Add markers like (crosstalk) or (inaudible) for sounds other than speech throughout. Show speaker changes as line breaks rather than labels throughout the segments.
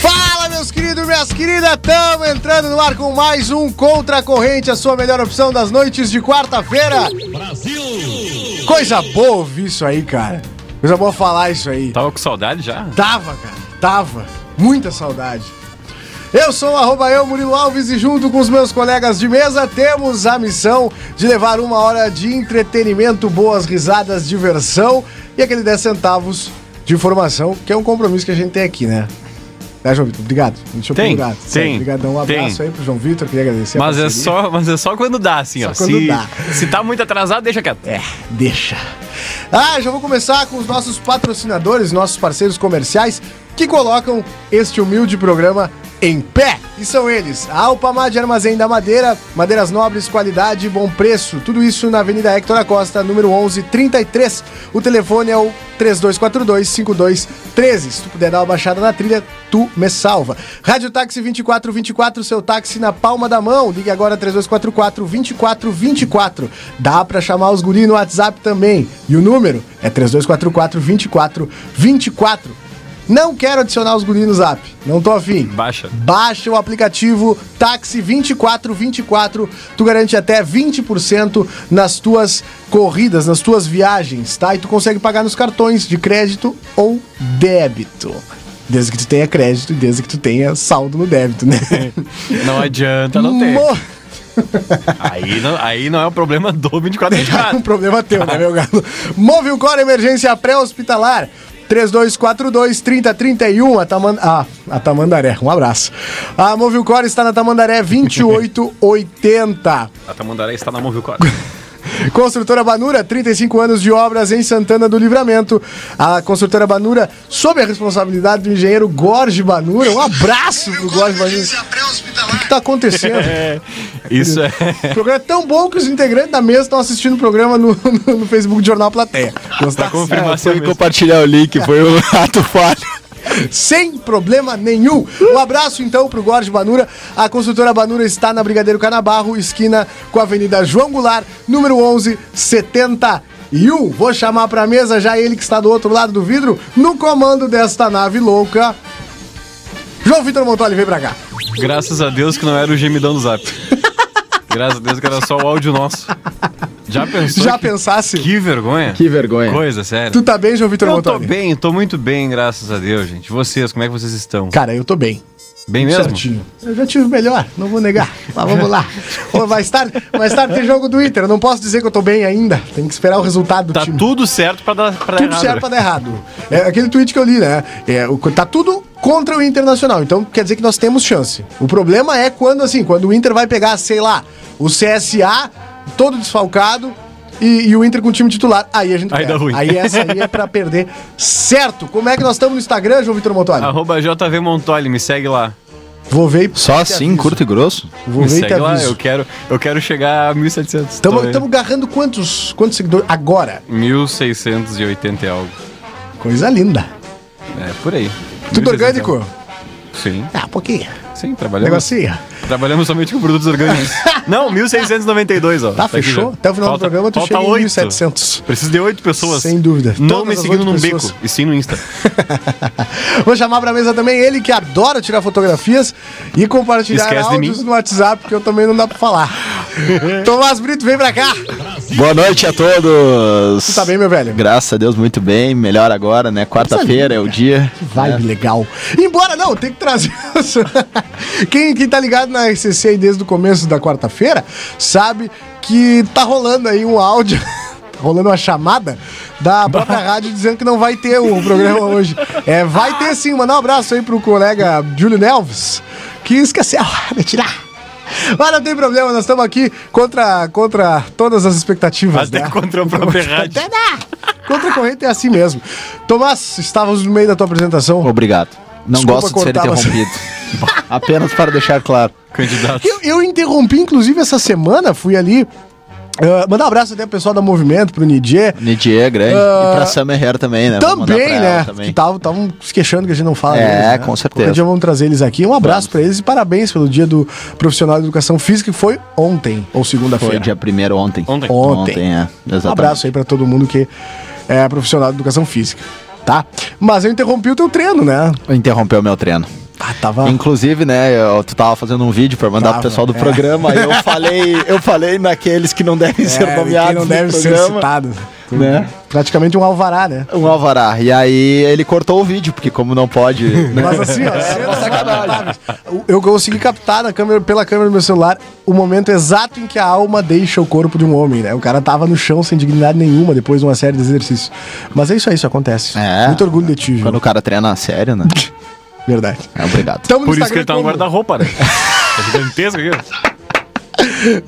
Fala, meus queridos, minhas queridas, estamos entrando no ar com mais um Contra a Corrente, a sua melhor opção das noites de quarta-feira. Brasil! Coisa boa ouvir isso aí, cara. Coisa boa falar isso aí.
Tava com saudade já?
Tava, cara, tava. Muita saudade. Eu sou o arroba eu, Murilo Alves, e junto com os meus colegas de mesa temos a missão de levar uma hora de entretenimento, boas risadas, diversão e aquele 10 centavos de informação, que é um compromisso que a gente tem aqui, né? Né, João Vitor? Obrigado. Deixa eu
Tem,
obrigado.
tem,
Obrigadão. Um abraço
tem.
aí pro João Vitor, queria agradecer. a
Mas é,
parceria.
só, mas é só quando dá, assim,
Só
ó.
quando
se,
dá.
se tá muito atrasado, deixa quieto.
É, deixa. Ah, já vou começar com os nossos patrocinadores, nossos parceiros comerciais, que colocam este humilde programa em pé. E são eles, a Alpamar de Armazém da Madeira, madeiras nobres, qualidade e bom preço. Tudo isso na Avenida Hector Acosta, número 1133. O telefone é o 3242-5213. Se tu puder dar uma baixada na trilha, tu me salva. Rádio Táxi 2424, seu táxi na palma da mão. Ligue agora 3244-2424. Dá pra chamar os guri no WhatsApp também. E o número é 3244-2424. Não quero adicionar os guri no Zap. Não tô afim.
Baixa.
Baixa o aplicativo Táxi 2424. Tu garante até 20% nas tuas corridas, nas tuas viagens, tá? E tu consegue pagar nos cartões de crédito ou débito. Desde que tu tenha crédito e desde que tu tenha saldo no débito, né?
Não adianta, É. Então não tem.
Mo-
Aí não, aí não é um problema do 24
um (laughs)
24.
problema teu, né, meu galo? Move o Core Emergência Pré-Hospitalar. 3242-3031, a, Taman... ah, a Tamandaré, um abraço. A Movilcore está na Tamandaré 2880.
A Tamandaré está na mão, viu, Cora?
Construtora Banura, 35 anos de obras em Santana do Livramento. A construtora Banura, sob a responsabilidade do engenheiro Gorge Banura. Um abraço pro Gorge Banura. O que tá acontecendo?
Isso
(laughs)
é.
O programa é tão bom que os integrantes da mesa estão assistindo o programa no, no- no Facebook do Jornal Plateia.
Tá
Gostar
Confirmação.
Foi
mesmo.
compartilhar o link, foi um ato falho.
sem problema nenhum. Um abraço então pro Gorge Banura. A construtora Banura está na Brigadeiro Canabarro, esquina com a Avenida João Goulart, número 1171. Vou chamar pra mesa já ele que está do outro lado do vidro, no comando desta nave louca. João Vitor Montoli, vem pra cá.
Graças a Deus que não era o gemidão do zap. Graças a Deus que era só o áudio nosso. Já pensou?
Já
que,
pensasse?
Que vergonha.
Que vergonha.
Coisa, sério.
Tu tá bem, João Vitor
eu tô
Montoli?
bem, tô muito bem, graças a Deus, gente. Vocês, como é que vocês estão?
Cara, eu tô bem.
Bem mesmo?
Certinho. Eu já tive melhor, não vou negar. Mas vamos
(laughs)
lá. Ô, mais, tarde, mais tarde tem jogo do Inter. Eu não posso dizer que eu tô bem ainda. Tem que esperar o resultado do
Tá
time.
tudo certo pra dar pra dar
Tudo
errado,
certo
né?
pra dar errado. É aquele tweet que eu li, né? É, o- tá tudo contra o Internacional. Então quer dizer que nós temos chance. O problema é quando, assim, quando o Inter vai pegar, sei lá, o CSA todo desfalcado. E, e o Inter com o time titular, aí a gente
Aí
perde.
dá ruim.
Aí essa aí é pra perder certo. Como é que nós estamos no Instagram, João Vitor Montoli?
Arroba JV Montoli, me segue lá.
Vou ver e
Só assim, curto e grosso?
vou
Me
ver e te
segue lá,
aviso.
eu quero, eu quero chegar a 1700. Tô aí.
Estamos agarrando quantos, quantos seguidores agora?
1680 e algo.
Coisa linda.
É, por aí.
Tudo
1600 e um. algo.
orgânico?
Sim,
Ah, pouquinho.
sim, trabalhamos.
Negocinho.
Trabalhamos somente com
(laughs)
produtos orgânicos. Não, 1692, ó.
Tá, fechou?
aqui já.
Até o final
Falta-
do programa tu
falta
chega em
oito.
1700.
Preciso de 8 pessoas.
Sem dúvida.
Não
Todas
me
as
seguindo
oito
num
pessoas.
beco, e sim no Insta.
(laughs) Vou chamar pra mesa também ele que adora tirar fotografias e compartilhar
Esquece de
áudios
mim.
no WhatsApp, que eu também não dá pra
(laughs)
falar. Tomás Brito, vem pra cá.
Boa noite a todos.
Tu tá bem, meu velho?
Graças a Deus, muito bem. Melhor agora, né? Quarta-feira é o dia.
Vibe legal. Embora não, tem que trazer. isso. (laughs) quem, quem tá ligado na RCC aí desde o começo da quarta-feira sabe que tá rolando aí um áudio. (laughs) tá Rolando uma chamada da própria rádio dizendo que não vai ter o programa hoje. É, vai ter sim, mandar um abraço aí pro colega Júlio Nelves, que esqueceu (laughs) de tirar. Mas não tem problema, nós estamos aqui contra, contra todas as expectativas.
Até
né?
contra a própria
(laughs)
rádio.
Até dá. Contra a corrente é assim mesmo. Tomás, estávamos no meio da tua apresentação.
Obrigado. Não
Desculpa
gosto de ser
cortar, mas- (laughs)
interrompido. Apenas para deixar claro.
Candidato.
Eu, eu interrompi, inclusive, essa semana, fui ali. ah, mandar um abraço até pro pessoal da Movimento, pro Nidier.
Nidier, grande.
Ah,
e pra Summer Hair também, né? Vamos É, mandar pra
Também,
ela
né?
também.
Que estavam se queixando que a gente não fala
É,
deles, né?
com
Qualquer
certeza.
dia vamos trazer eles aqui. Um abraço pra eles e parabéns pelo dia do profissional de educação física, que foi ontem, ou
Foi
segunda-feira.
dia 1 ontem.
Ontem.
Ontem.
Ontem, é. Exatamente.
Um abraço aí pra todo mundo que é profissional de educação física, tá? Mas eu interrompi o teu treino, né?
Interrompeu meu treino.
Ah, tava.
Inclusive, né, eu, tu tava fazendo um vídeo pra mandar
Tava,
pro pessoal do
é.
programa e eu falei, eu falei naqueles que não
(laughs)
devem ser nomeados
É, que não
no
deve ser
programa,
citado.
né?
Praticamente um alvará, né?
Um alvará. E aí ele cortou o vídeo, porque como
(laughs)
não pode, né?
Mas assim,
É
ó, cenas lamentáveis. eu consegui captar na câmera, pela câmera do meu celular o momento exato em que a alma deixa o corpo de um homem, né? O cara tava no chão sem dignidade nenhuma depois de uma série de exercícios. Mas é isso aí, isso acontece.
É.
Muito orgulho de ti,
quando
Ju.
o cara treina a sério, né?
Verdade.
É, obrigado.
Tamo no
Por isso
Instagram
que ele tá no
como?
guarda-roupa, né? É gigantesco aqui. ó.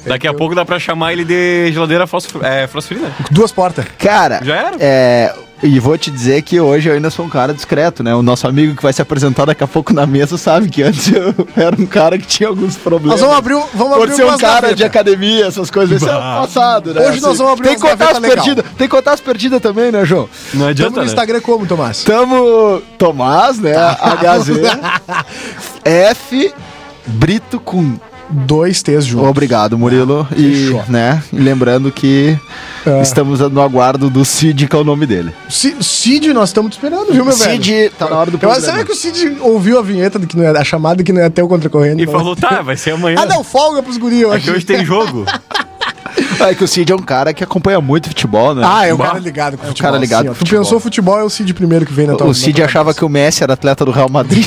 Daqui a pouco dá pra chamar ele de geladeira fósforo- é, fósforo, né?
Duas portas.
Cara,
Já era?
é, e vou te dizer que hoje eu ainda sou um cara discreto, né? O nosso amigo que vai se apresentar daqui a pouco na mesa sabe que antes eu (laughs) era um cara que tinha alguns
Nós
problemas.
vamos abrir, um- vamos
Por
abrir
ser um
umas
cara
gavetas.
de academia, essas coisas, isso é
Bah.
passado, né?
Hoje nós vamos abrir
Tem
umas
contas
gavetas legal.
perdidas, tem contas perdidas também, né, João?
Não
Tamo
adianta,
no
né?
Instagram como, Tomás?
Tamo Tomás, né?
Tá. (laughs)
HZ F Brito com
Dois T's juntos.
Obrigado, Murilo. E,
Ah, Fechou.
né, e lembrando que
É.
estamos no aguardo do Cid, que é o nome dele.
Ci- Cid, nós estamos te esperando, viu, meu velho?
Cid, tá na hora do
Eu
programa.
sabia que o Cid ouviu a vinheta do que não era, a chamada que não ia ter o contra-corrente.
E falou, tá, vai ser amanhã.
Ah, não, folga pros guri
É que
hoje.
hoje tem jogo.
É que o Cid é um cara que acompanha muito futebol, né?
Ah, é o
Bah.
cara ligado com
É o cara ligado
assim, ó.
com
Tu
futebol.
pensou futebol, é o Cid primeiro que vem na tua
o Cid
na tua
achava que o Messi era atleta do
(laughs)
Real Madrid.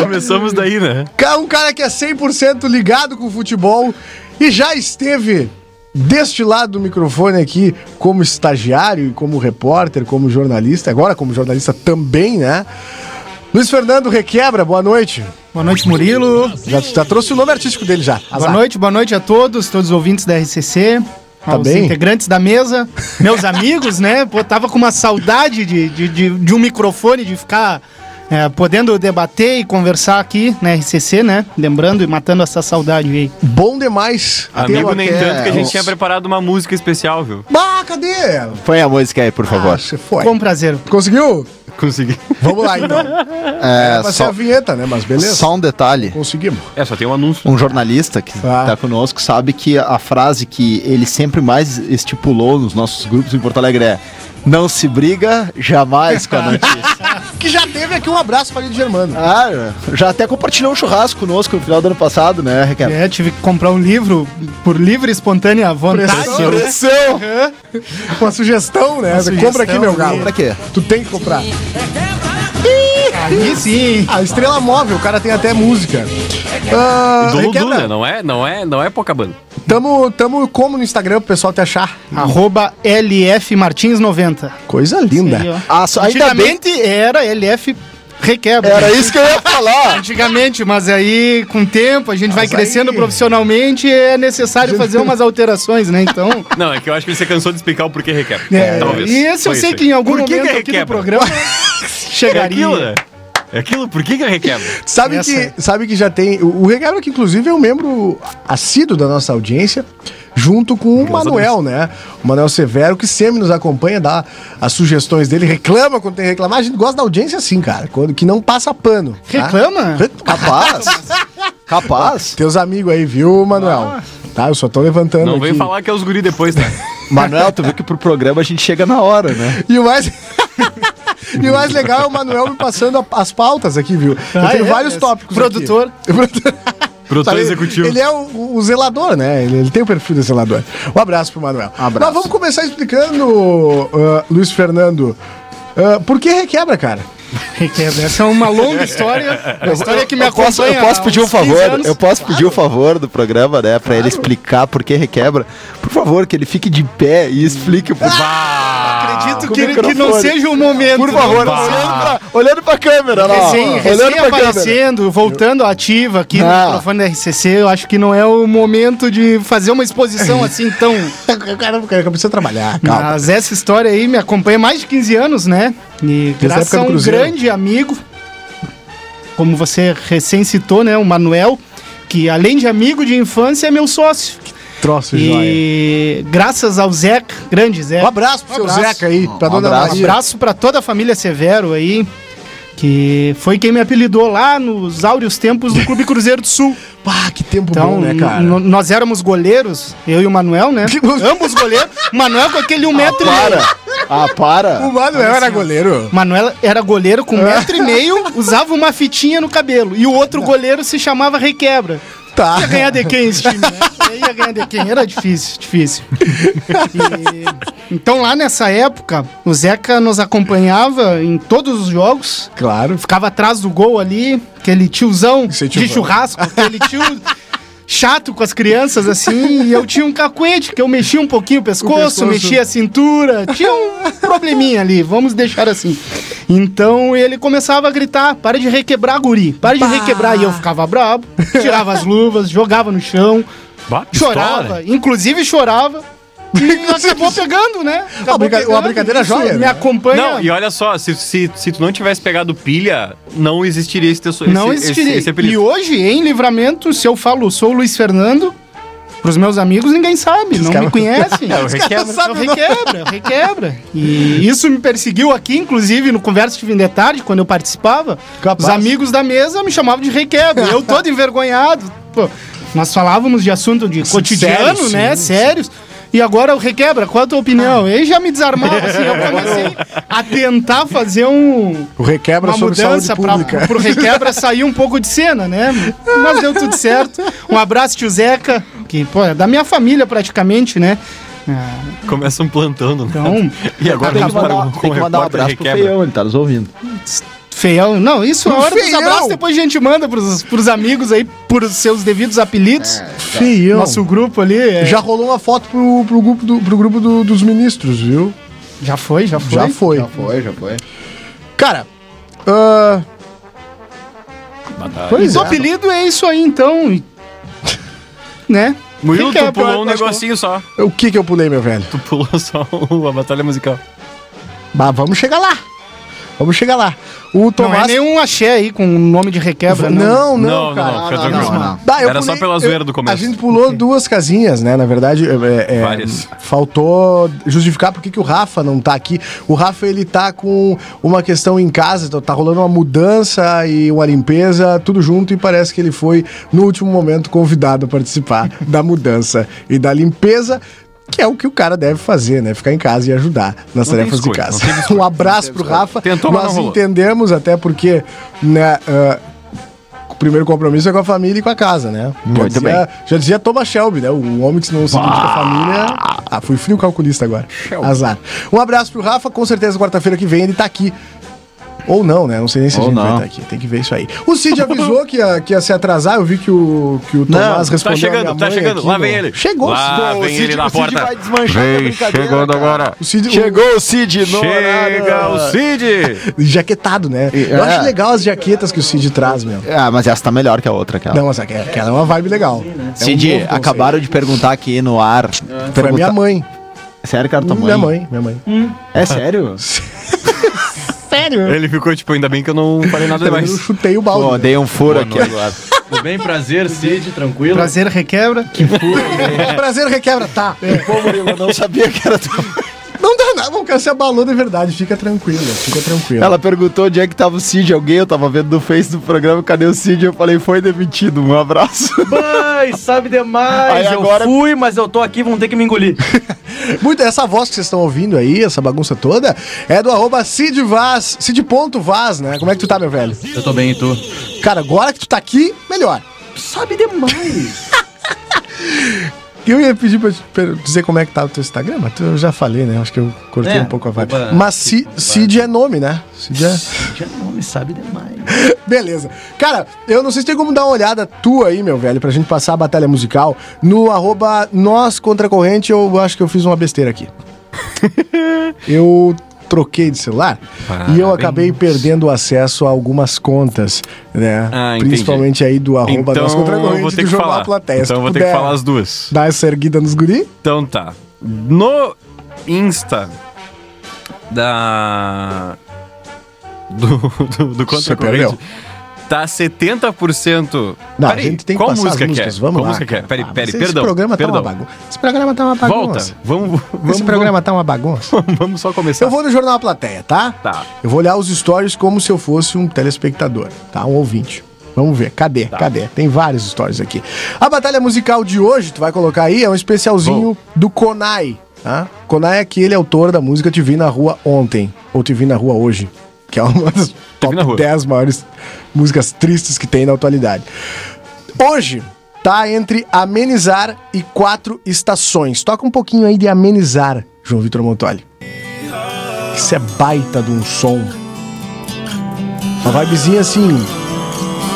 Começamos daí, né?
Ca- Um cara que é 100% ligado com futebol e já esteve deste lado do microfone aqui como estagiário, e como repórter, como jornalista, agora como jornalista também, né? Luiz Fernando Requebra, boa noite.
Boa noite, Murilo.
Já, já trouxe o nome artístico dele já.
Boa
Azar.
noite, boa noite a todos, todos os ouvintes da RCC.
Tá
aos
bem?
integrantes da mesa,
(laughs)
meus amigos, né? Pô, tava com uma saudade de, de, de, de um microfone, de ficar é, podendo debater e conversar aqui na RCC, né? Lembrando e matando essa saudade aí.
Bom demais.
Amigo,
tê-lo
nem
aqui.
tanto que a gente
os-
tinha preparado uma música especial, viu?
Bah, cadê?
Põe a música aí, por favor.
Ah, você foi.
Com prazer.
Conseguiu?
Consegui.
Vamos lá, então.
(laughs) é,
Vai ser a
só,
vinheta, né? Mas beleza.
só um detalhe.
Conseguimos.
É, só tem um anúncio.
Um jornalista que
Ah.
tá conosco sabe que a frase que ele sempre mais estipulou nos nossos grupos em Porto Alegre é não se briga jamais com a
(laughs)
notícia.
Que já teve aqui um abraço pra Lidia Germano.
Ah, já até compartilhou um churrasco conosco no final do ano passado, né, Ricardo?
É, tive que comprar um livro por livre e espontânea vontade.
Pressão. Tá, Uma sugestão, né? Você
sugestão,
compra aqui, meu
né?
galo.
Pra quê?
Tu tem que comprar.
Aí sim.
A estrela móvel, o cara tem até música. Ah,
Do Dudu,
Requebra,
né? Não é, não é, não é pouca banda.
tamo, tamo como no Instagram pro pessoal te achar?
Arroba LFMartins90.
Coisa
Aí, ó.
linda.
Ah, só- ainda bem-
Antigamente era LF Requebra. né?
Era isso que eu ia falar.
(laughs) Antigamente, mas aí com o tempo a gente vai
Mas
crescendo
aí-
profissionalmente é necessário fazer umas alterações,
(laughs)
né? Então.
Não, é que eu acho que você cansou de explicar o porquê requebra.
é,
Talvez.
E esse
Foi
eu sei
isso
que
aí.
em algum
Por que
momento
que
aqui
requebra?
no programa
(laughs) É
chegaria.
aquilo, né? É aquilo, por que que requebra?
Sabe
Essa-
que, sabe que já tem. O o Requebra, que inclusive é um membro assíduo da nossa audiência, junto com o Manuel, né? O Manuel Severo, que sempre nos acompanha, dá as sugestões dele, reclama quando tem que reclamar. A gente gosta da audiência assim, cara, quando, que não passa pano. tá?
Reclama?
Rec-
Capaz. Capaz.
Teus amigos aí, viu,
Ah.
Manuel? Tá, eu só tô levantando.
Não vem
aqui.
falar que é os guri depois, tá?
Manuel, tu viu que pro programa a gente chega na hora, né?
E o mais. (laughs) E o mais legal é o Manuel me passando a- as pautas aqui, viu? Eu
Ah,
tenho
é?
vários
Esse
tópicos. (laughs)
produtor.
Aqui. Produtor.
Produtor
Sabe,
Então, executivo.
Ele é o, o zelador, né? Ele, ele tem o perfil de zelador. Um abraço pro Manuel.
abraço.
Mas vamos começar explicando, ah, Luiz Fernando. ah, por que requebra, cara?
Requebra. Essa é uma
(laughs)
longa história. Uma história que me
eu posso,
acompanha.
eu posso
há
pedir um
uns 15
favor.
anos.
Eu posso pedir um favor do programa, né? Pra ele explicar por que requebra. Por favor, que ele fique de pé e explique por
Ah!
Ah,
Acredito
com
que,
o
que não
microfone.
seja o momento.
Por favor,
Bah.
olhando pra, olhando pra câmera Tá lá.
Recém,
ó,
recém
olhando pra câmera.
aparecendo, voltando ativa aqui
Ah.
no microfone da RCC, eu acho que não é o momento de fazer
(laughs)
uma exposição assim tão...
O cara, o cara começou a
Ah,
trabalhar, calma.
Mas essa história aí me acompanha há mais de 15 anos, né? E
a
graças
época
a
do
um
Cruzeiro.
grande amigo, como você recém citou, né? O Manuel, que além de amigo de infância, é meu sócio.
Troço joia.
E graças ao Zeca, grande Zeca.
Um abraço pro seu
abraço.
Zeca aí, pra
Um
dona
abraço.
Um
Maria.
abraço para toda a família Severo aí, que foi quem me apelidou lá nos áureos tempos do Clube Cruzeiro
(laughs)
do Sul.
Pá, que tempo
Então,
bom, né, cara?
n- nós éramos goleiros, eu e o Manuel,
(laughs)
né?
Que-
Ambos goleiros. Manuel com aquele 1,5m. metro e-
Para! Ah,
O
para!
Manuel
assim,
era goleiro. É.
Manuel era goleiro com um metro e
(laughs)
meio, usava uma fitinha no cabelo. E o outro goleiro se chamava Requebra.
Tá.
Ia ganhar de quem
(laughs)
esse time, né? Ia ganhar de quem? Era difícil, difícil. E- Então lá nessa época, o Zeca nos acompanhava em todos os jogos.
Claro.
Ficava atrás do gol ali, aquele tiozão
Esse
de
tiozão.
churrasco, aquele tio chato com as crianças, assim, e eu tinha um cacuete, que eu mexia um pouquinho o pescoço,
pescoço.
mexia a cintura, tinha um probleminha ali, vamos deixar assim. Então ele começava a gritar, para de requebrar, guri, para de requebrar, e eu ficava brabo, tirava as luvas, jogava no chão,
Bah, pistola,
chorava,
né?
inclusive chorava,
(laughs)
e acabou pegando, né? Acabou
brinca- uma brincadeira
isso
joia,
Me
né?
acompanha...
Não, e olha só, se, se, se tu não tivesse pegado pilha, não existiria esse teu so-
Não
esse,
existiria.
Esse, esse
e
apelido.
hoje, em livramento, se eu falo, sou o Luiz Fernando, pros meus amigos ninguém sabe, não
(laughs)
me conhecem.
É, o requebra.
Eu requebra, eu requebra. E isso me perseguiu aqui, inclusive, no Conversa de Fim de Tarde, quando eu participava.
Capaz.
Os amigos da mesa me chamavam de requebra.
(laughs)
eu todo envergonhado. Pô, nós falávamos de assunto de cotidiano,
sério,
né?
sim, Ah.
Sérios. E agora o requebra, qual a tua opinião? Ele já me desarmava, assim,
(laughs)
eu comecei a tentar fazer um
O requebra
uma
sobre saúde
mudança
pública.
para pro Requebra sair um pouco de cena, né? Mas deu tudo certo. Um abraço, tio Zeca, que, pô, é da minha família praticamente, né? Ah,
Começam plantando, né?
Então,
(laughs) E agora
Tem
eles
que mandar,
param
tem que mandar um abraço pro
requebra.
feião, ele tá nos ouvindo.
feião. Não, isso é
Pro
hora dos
Um feião!
abraços, depois a gente manda pros, pros amigos aí, por seus devidos apelidos.
Feião.
Nosso grupo ali. é-
É. Já rolou uma foto pro, pro grupo, do, pro grupo do- dos ministros, viu?
já foi, já foi.
Já foi.
foi, já foi.
Cara, ah,
Batalha.
Pois
pois é.
o apelido é isso aí, então. e- né?
Murilo,
Requebra,
tu pulou um
acho que-
negocinho só.
O que que eu pulei, meu velho?
Tu pulou (laughs) só o- a batalha musical.
Mas vamos chegar lá. Vamos chegar lá. O
Não
Tomás...
é nenhum axé aí com o nome de Requebra,
Não, não,
Não, não,
cara.
não, fica
não, né?
tranquilo.
não, não.
Bah, eu
Era só
pulei-
pela
eu-
zoeira do começo.
A gente pulou duas casinhas, né? Na verdade, é, é,
Várias.
faltou justificar por que que o Rafa não tá aqui. O Rafa, ele tá com uma questão em casa, então tá rolando uma mudança e uma limpeza, tudo junto, e parece que ele foi, no último momento, convidado a
(laughs)
participar da mudança e da limpeza. Que é o que o cara deve fazer, né? Ficar em casa e ajudar nas
Não tem
tarefas de
escolha,
casa.
não tem
Um abraço pro Rafa.
Tentou, mas
nós
não rolou.
entendemos, até porque, né? ah, o primeiro compromisso é com a família e com a casa, né?
Muito
já dizia, Já dizia Thomas Shelby, né? Um homem que não significa família. Ah, fui frio calculista agora. Azar. Um abraço pro Rafa, com certeza quarta-feira que vem ele tá aqui. Ou não, né? Não sei nem se
Ou
a gente vai
não.
estar aqui. Tem que ver isso aí. O
(laughs)
Cid avisou que ia, que ia se atrasar. Eu vi que o, que o Tomás respondeu.
Tá
a
chegando,
minha
tá
mãe
chegando.
aqui,
Lá
no-
vem ele.
Chegou,
Lá
Cid.
vem ele na
O Cid
porta.
vai desmanchar essa brincadeira. cara.
O Cid, o-
Chegou o Cid, no
Chega
horário.
o
(laughs)
Cid!
jaquetado, né? Eu
é.
acho legal as jaquetas que o Cid traz, meu.
Ah, mas essa tá melhor que a outra, aquela.
Não, mas aquela aquela é uma vibe legal. É um
Cid,
novo conceito.
acabaram de perguntar aqui no ar.
Foi a minha
Pergunta-
mãe.
Sério, cara, tua mãe?
Minha mãe, minha mãe.
É sério?
(laughs)
Sério?
Ele ficou tipo, ainda bem que eu não falei nada
Também eu
demais.
chutei o balde.
Pô,
né?
dei um furo aqui agora.
Tudo bem? Prazer, Cid, tranquilo?
Prazer, Requebra.
(laughs) Prazer requebra, tá.
É. Eu não sabia que era tua
Não dá nada, o cara se abalou de verdade, fica tranquilo, fica tranquilo.
Ela perguntou onde é que tava o Cid, alguém, eu tava vendo no Face do programa, cadê o Cid? Eu falei, foi demitido, um abraço.
Pai, sabe demais!
Aí
eu
agora-
fui, mas eu tô aqui, vão ter que me engolir.
Muito, essa voz que vocês estão ouvindo aí, essa bagunça toda, é do arroba Cid Vaz, Cid ponto Vaz, né? Como é que tu tá, meu velho?
Eu tô bem, e tu?
Cara, agora que tu tá aqui, melhor.
Sabe demais!
Eu ia pedir pra, te- pra eu dizer como é que tá o teu Instagram, mas tu- eu já falei, né? Acho que eu cortei
É,
um pouco a vibe.
arroba
Mas Ci- Cid é nome, né? Cid é...
Já não me sabe demais.
Beleza. Cara, eu não sei se tem como dar uma olhada tua aí, meu velho, pra gente passar a batalha musical no arroba nós contra corrente, eu acho que eu fiz uma besteira
(laughs)
aqui. eu troquei de celular e eu
Parabéns.
acabei perdendo acesso a algumas contas, né?
Ah, entendi.
Principalmente aí do arroba
Então
nós contra
eu
corrente
vou ter
do
que
Jornal
falar.
Plateia. Se
Então eu vou ter que
puder
falar as duas.
Dar essa erguida nos guri?
Então tá. No Insta da. Do, do, do Contra
Você
(laughs)
perdeu.
Corrente. Tá 70%.
Não,
Peraí,
a gente tem que
qual
passar
música
as músicas,
que é?
vamos
qual
lá.
música que é?
cara.
Peraí,
Ah,
peraí,
esse-
perdão.
Esse programa
perdão.
tá uma bagunça. Esse programa tá uma
Volta.
bagunça.
Vamos, vamos,
(laughs) Esse programa tá uma bagunça.
vamos, vamos só começar.
Eu vou no Jornal da Plateia, tá?
Tá.
Eu vou olhar os stories como se eu fosse um telespectador, tá? Um ouvinte. Vamos ver, cadê? Cadê? Tem vários stories aqui. A batalha musical de hoje, tu vai colocar aí, é um especialzinho do Konai, tá? Konai é aquele autor da música Te Vi na Rua Ontem, ou Te Vi na Rua Hoje, que é uma das top
na Rua.
10 maiores músicas tristes que tem na atualidade. Hoje tá entre amenizar e quatro estações. Toca um pouquinho aí de amenizar, João Vitor Montoli. Isso é baita de um som. Uma vibezinha assim,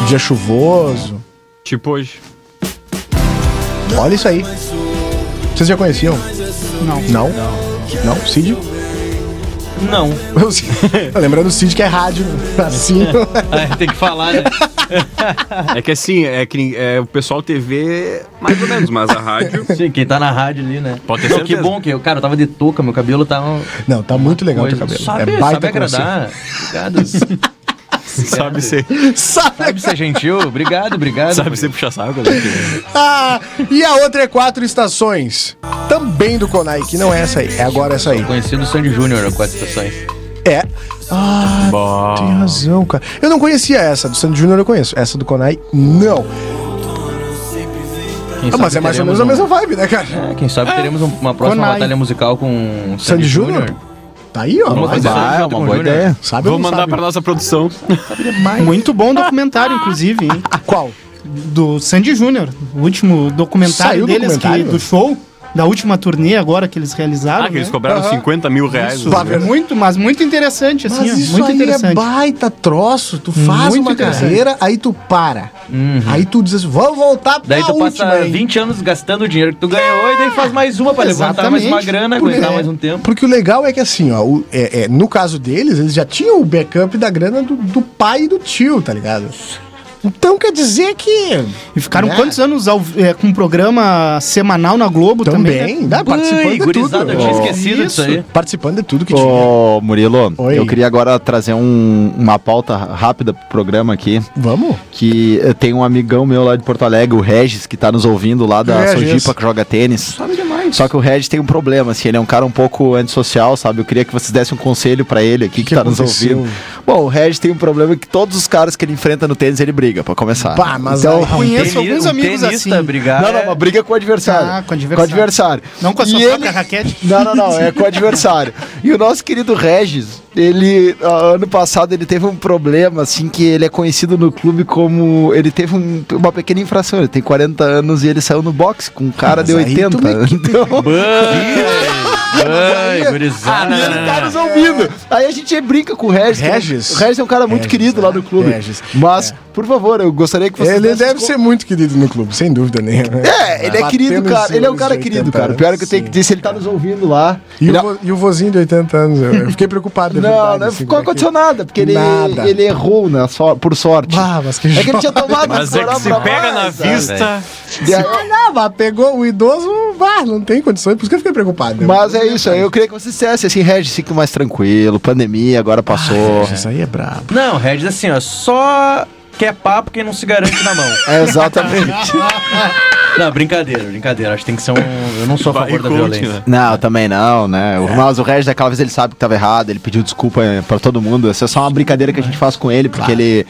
um dia chuvoso.
Tipo hoje.
Olha isso aí. Vocês já conheciam?
Não.
Não? Não? Cid? (laughs)
Não.
Eu sei. Lembrando o Cid que é rádio, assim.
Ah,
É, tem que falar, né?
É que assim, é que nin- é, o pessoal TV, mais ou menos, mas
(laughs)
a rádio.
(laughs) Sim, quem tá na rádio ali, né?
Pode ter
Não, que
certeza.
bom que eu, cara, eu tava de touca, meu cabelo tá um.
Não, tá muito legal o teu
coisa.
cabelo.
Sabe,
é
sabe
baita com você.
agradar. Obrigado.
(laughs) Sabe ser,
Sabe?
Sabe ser gentil? Obrigado, obrigado.
sabe ser puxar saco. né?
Ah, e a outra é quatro estações. Também do Konai, que não é essa aí. É agora essa aí.
Conhecido Sandy Júnior, quatro estações.
É. Ah, tem razão, cara. Eu não conhecia essa. Do Sandy Júnior eu conheço. Essa do Konai, não.
Quem
Ah,
sabe
mas é mais ou
teremos
menos a
um-
mesma vibe, né, cara?
É, quem sabe teremos um- uma próxima
Conai.
batalha musical com É
Sandy Júnior? Tá aí, ó.
Vamos
Vai,
fazer
vai.
Ah, é uma boa ideia.
Sabe ou
Vou
não
mandar
sabe?
pra nossa produção.
(laughs) Muito bom documentário, inclusive, hein?
Qual?
do Sandy Júnior, o último documentário
Saiu
deles
documentário?
Que, do show, da última turnê agora que eles realizaram.
Ah, que eles
né?
cobraram
Aham.
50 mil reais.
Isso,
né?
muito, mas muito interessante, assim, ó,
Mas isso
muito
aí é
interessante.
baita troço. Tu faz
Muito
uma
interessante.
carreira, aí tu para. Aí tu diz assim, vamos voltar pra
Daí tu
última.
passa
hein?
20 anos gastando o dinheiro que tu ganhou e daí faz mais uma pra levantar mais uma
Exatamente.
grana,
Porque-
aguentar mais um tempo.
Porque o legal é que assim, ó, o- é- é, no caso deles, eles já tinham o backup da grana do, do pai e do tio, tá ligado? Então quer dizer que.
E ficaram
né?
quantos anos ao- é, com um programa semanal na Globo também?
Também,
né?
né? Participando
Ai,
de tudo.
gurizada, eu tinha
Ó,
esquecido disso aí.
Participando de tudo que tinha.
Ô, Murilo,
Oi.
eu queria agora trazer um- uma pauta rápida pro programa aqui.
Vamos?
Que eh, tem um amigão meu lá de Porto Alegre, o Regis, que tá nos ouvindo lá da
Regis.
Sojipa, que joga tênis.
Sabe demais.
Só que o Regis tem um problema, assim, ele é um cara um pouco antissocial, sabe? Eu queria que vocês dessem um conselho pra ele aqui que,
que
tá nos
aconteceu?
ouvindo. Bom, o Regis tem um problema que todos os caras que ele enfrenta no tênis, ele briga, pra começar.
Bah, mas
então,
Um
aí-
Conheço alguns amigos assim.
é
Obrigado.
Não, não, uma briga com o adversário.
Ah, com o adversário.
Com o adversário.
Não com a
E
sua
ele-
própria raquete.
Não, não, não, é
(laughs)
com o adversário. E o nosso querido Regis, ele, ah, ano passado, ele teve um problema, assim, que ele é conhecido no clube como. Ele teve um- uma pequena infração, ele tem 40 anos e ele saiu no boxe com um cara
Ah,
de
Mas aí tu
80. Então, (laughs)
né?
é
Ai, gurizada.
e ele tá nos ouvindo. Aí a gente brinca com o Regis. que
Regis?
O Regis é um cara muito
Regis,
querido lá
é.
no clube.
Regis, É.
Mas, por favor, eu gostaria que você.
Ele deve ser muito querido no clube, sem dúvida nenhuma.
É, ele é
Tá Batendo
querido,
em
cara.
cima
Ele é um
dos
cara
80
querido, cara.
anos,
Pior que eu tenho que
sim.
dizer, ele tá nos ouvindo lá.
E,
Ele- é
o, vo- e o vozinho de 80 anos, eu, eu fiquei preocupado. é
Não,
verdade,
não
assim,
ficou
como é que-
condicionado, porque ele,
Nada.
ele errou, né? só- por sorte.
Ah, mas que
é que ele
(laughs)
tinha tomado
Mas é que se pega na vista.
Ah, não, mas pegou o idoso, bah, não tem condições, por isso que eu fiquei preocupado. Né?
Mas é isso, eu queria que você dissesse assim, Regis, fique mais tranquilo, pandemia agora
Ah,
passou.
Isso aí é brabo.
Não, Regis, assim, ó, só quer papo quem não se garante na mão.
É,
(laughs)
exatamente.
Não, brincadeira, brincadeira. Acho que tem que ser um. Eu não sou a
Vai,
favor da
coach,
violência.
né?
não, também não, né?
É.
O- Mas o Regis, daquela vez, ele sabe que tava errado, ele pediu desculpa eh, pra todo mundo. Essa é só uma brincadeira que a gente faz com ele,
(laughs)
porque ele.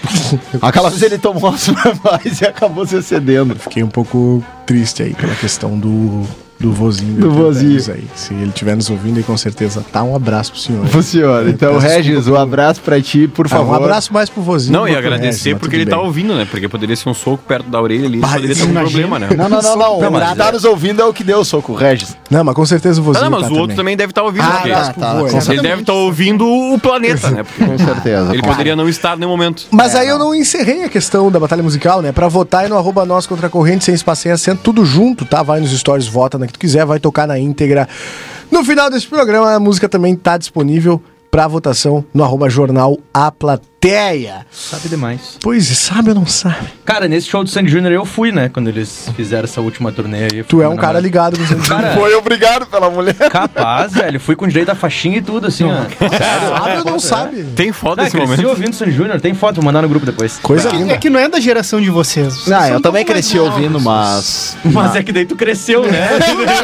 Aquela vez ele tomou as (laughs) mais e acabou se excedendo.
Fiquei um pouco triste aí pela questão do, do vozinho.
Do
80
vozinho.
anos Aí. Se ele estiver nos ouvindo, aí com certeza tá um abraço pro senhor.
Pro senhor.
Eu
Então,
peço
Regis, um
desculpa
abraço pra ti, por
pro- Ah,
favor.
Um abraço mais pro vozinho.
Não,
do que
e
pro
agradecer
Regis, mas
porque
tudo
ele tá
bem.
ouvindo, né? Porque poderia ser um soco perto da orelha ali,
Bah,
poderia ter algum
imagina.
problema, né?
Não, não, não, não.
Não,
O que tá nos ouvindo é o que deu, soco, Regis.
Não, mas com certeza o
Ah,
vozinho.
não, mas
tá
o outro também deve estar ouvindo.
Ah,
porque
tá, tá,
com
com
certeza.
certeza.
Ele deve estar ouvindo o
(laughs)
planeta, né? Porque
Com certeza.
ele poderia não estar no momento.
Mas
É.
aí eu não encerrei a questão da batalha musical, né? Pra votar é no arroba nós contra a corrente, sem espaço, sem acento, tudo junto, tá? Vai nos stories, vota na que tu quiser, vai tocar na íntegra. No final desse programa, a música também tá disponível pra votação no arroba jornal A Plateia. plateia.
Sabe demais.
Pois é, sabe ou não sabe?
Cara, nesse show do Sandy Júnior eu fui, né? Quando eles fizeram essa última turnê aí.
Tu é um cara ligado (laughs) no Sandy
Cara,
É. Foi obrigado pela mulher.
capaz, velho. Fui com direito à faixinha e tudo, assim, ó. Sério?
Sabe ou não sabe?
Tem foto
Não,
desse
cresci
momento.
ouvindo Sandy Júnior, tem foto, vou mandar no grupo depois.
Coisa
É
linda.
que não é da geração de vocês. Vocês
Não,
são
eu
um
também
pouco mais
cresci
novos.
ouvindo, mas.
Mas é que daí tu cresceu, né?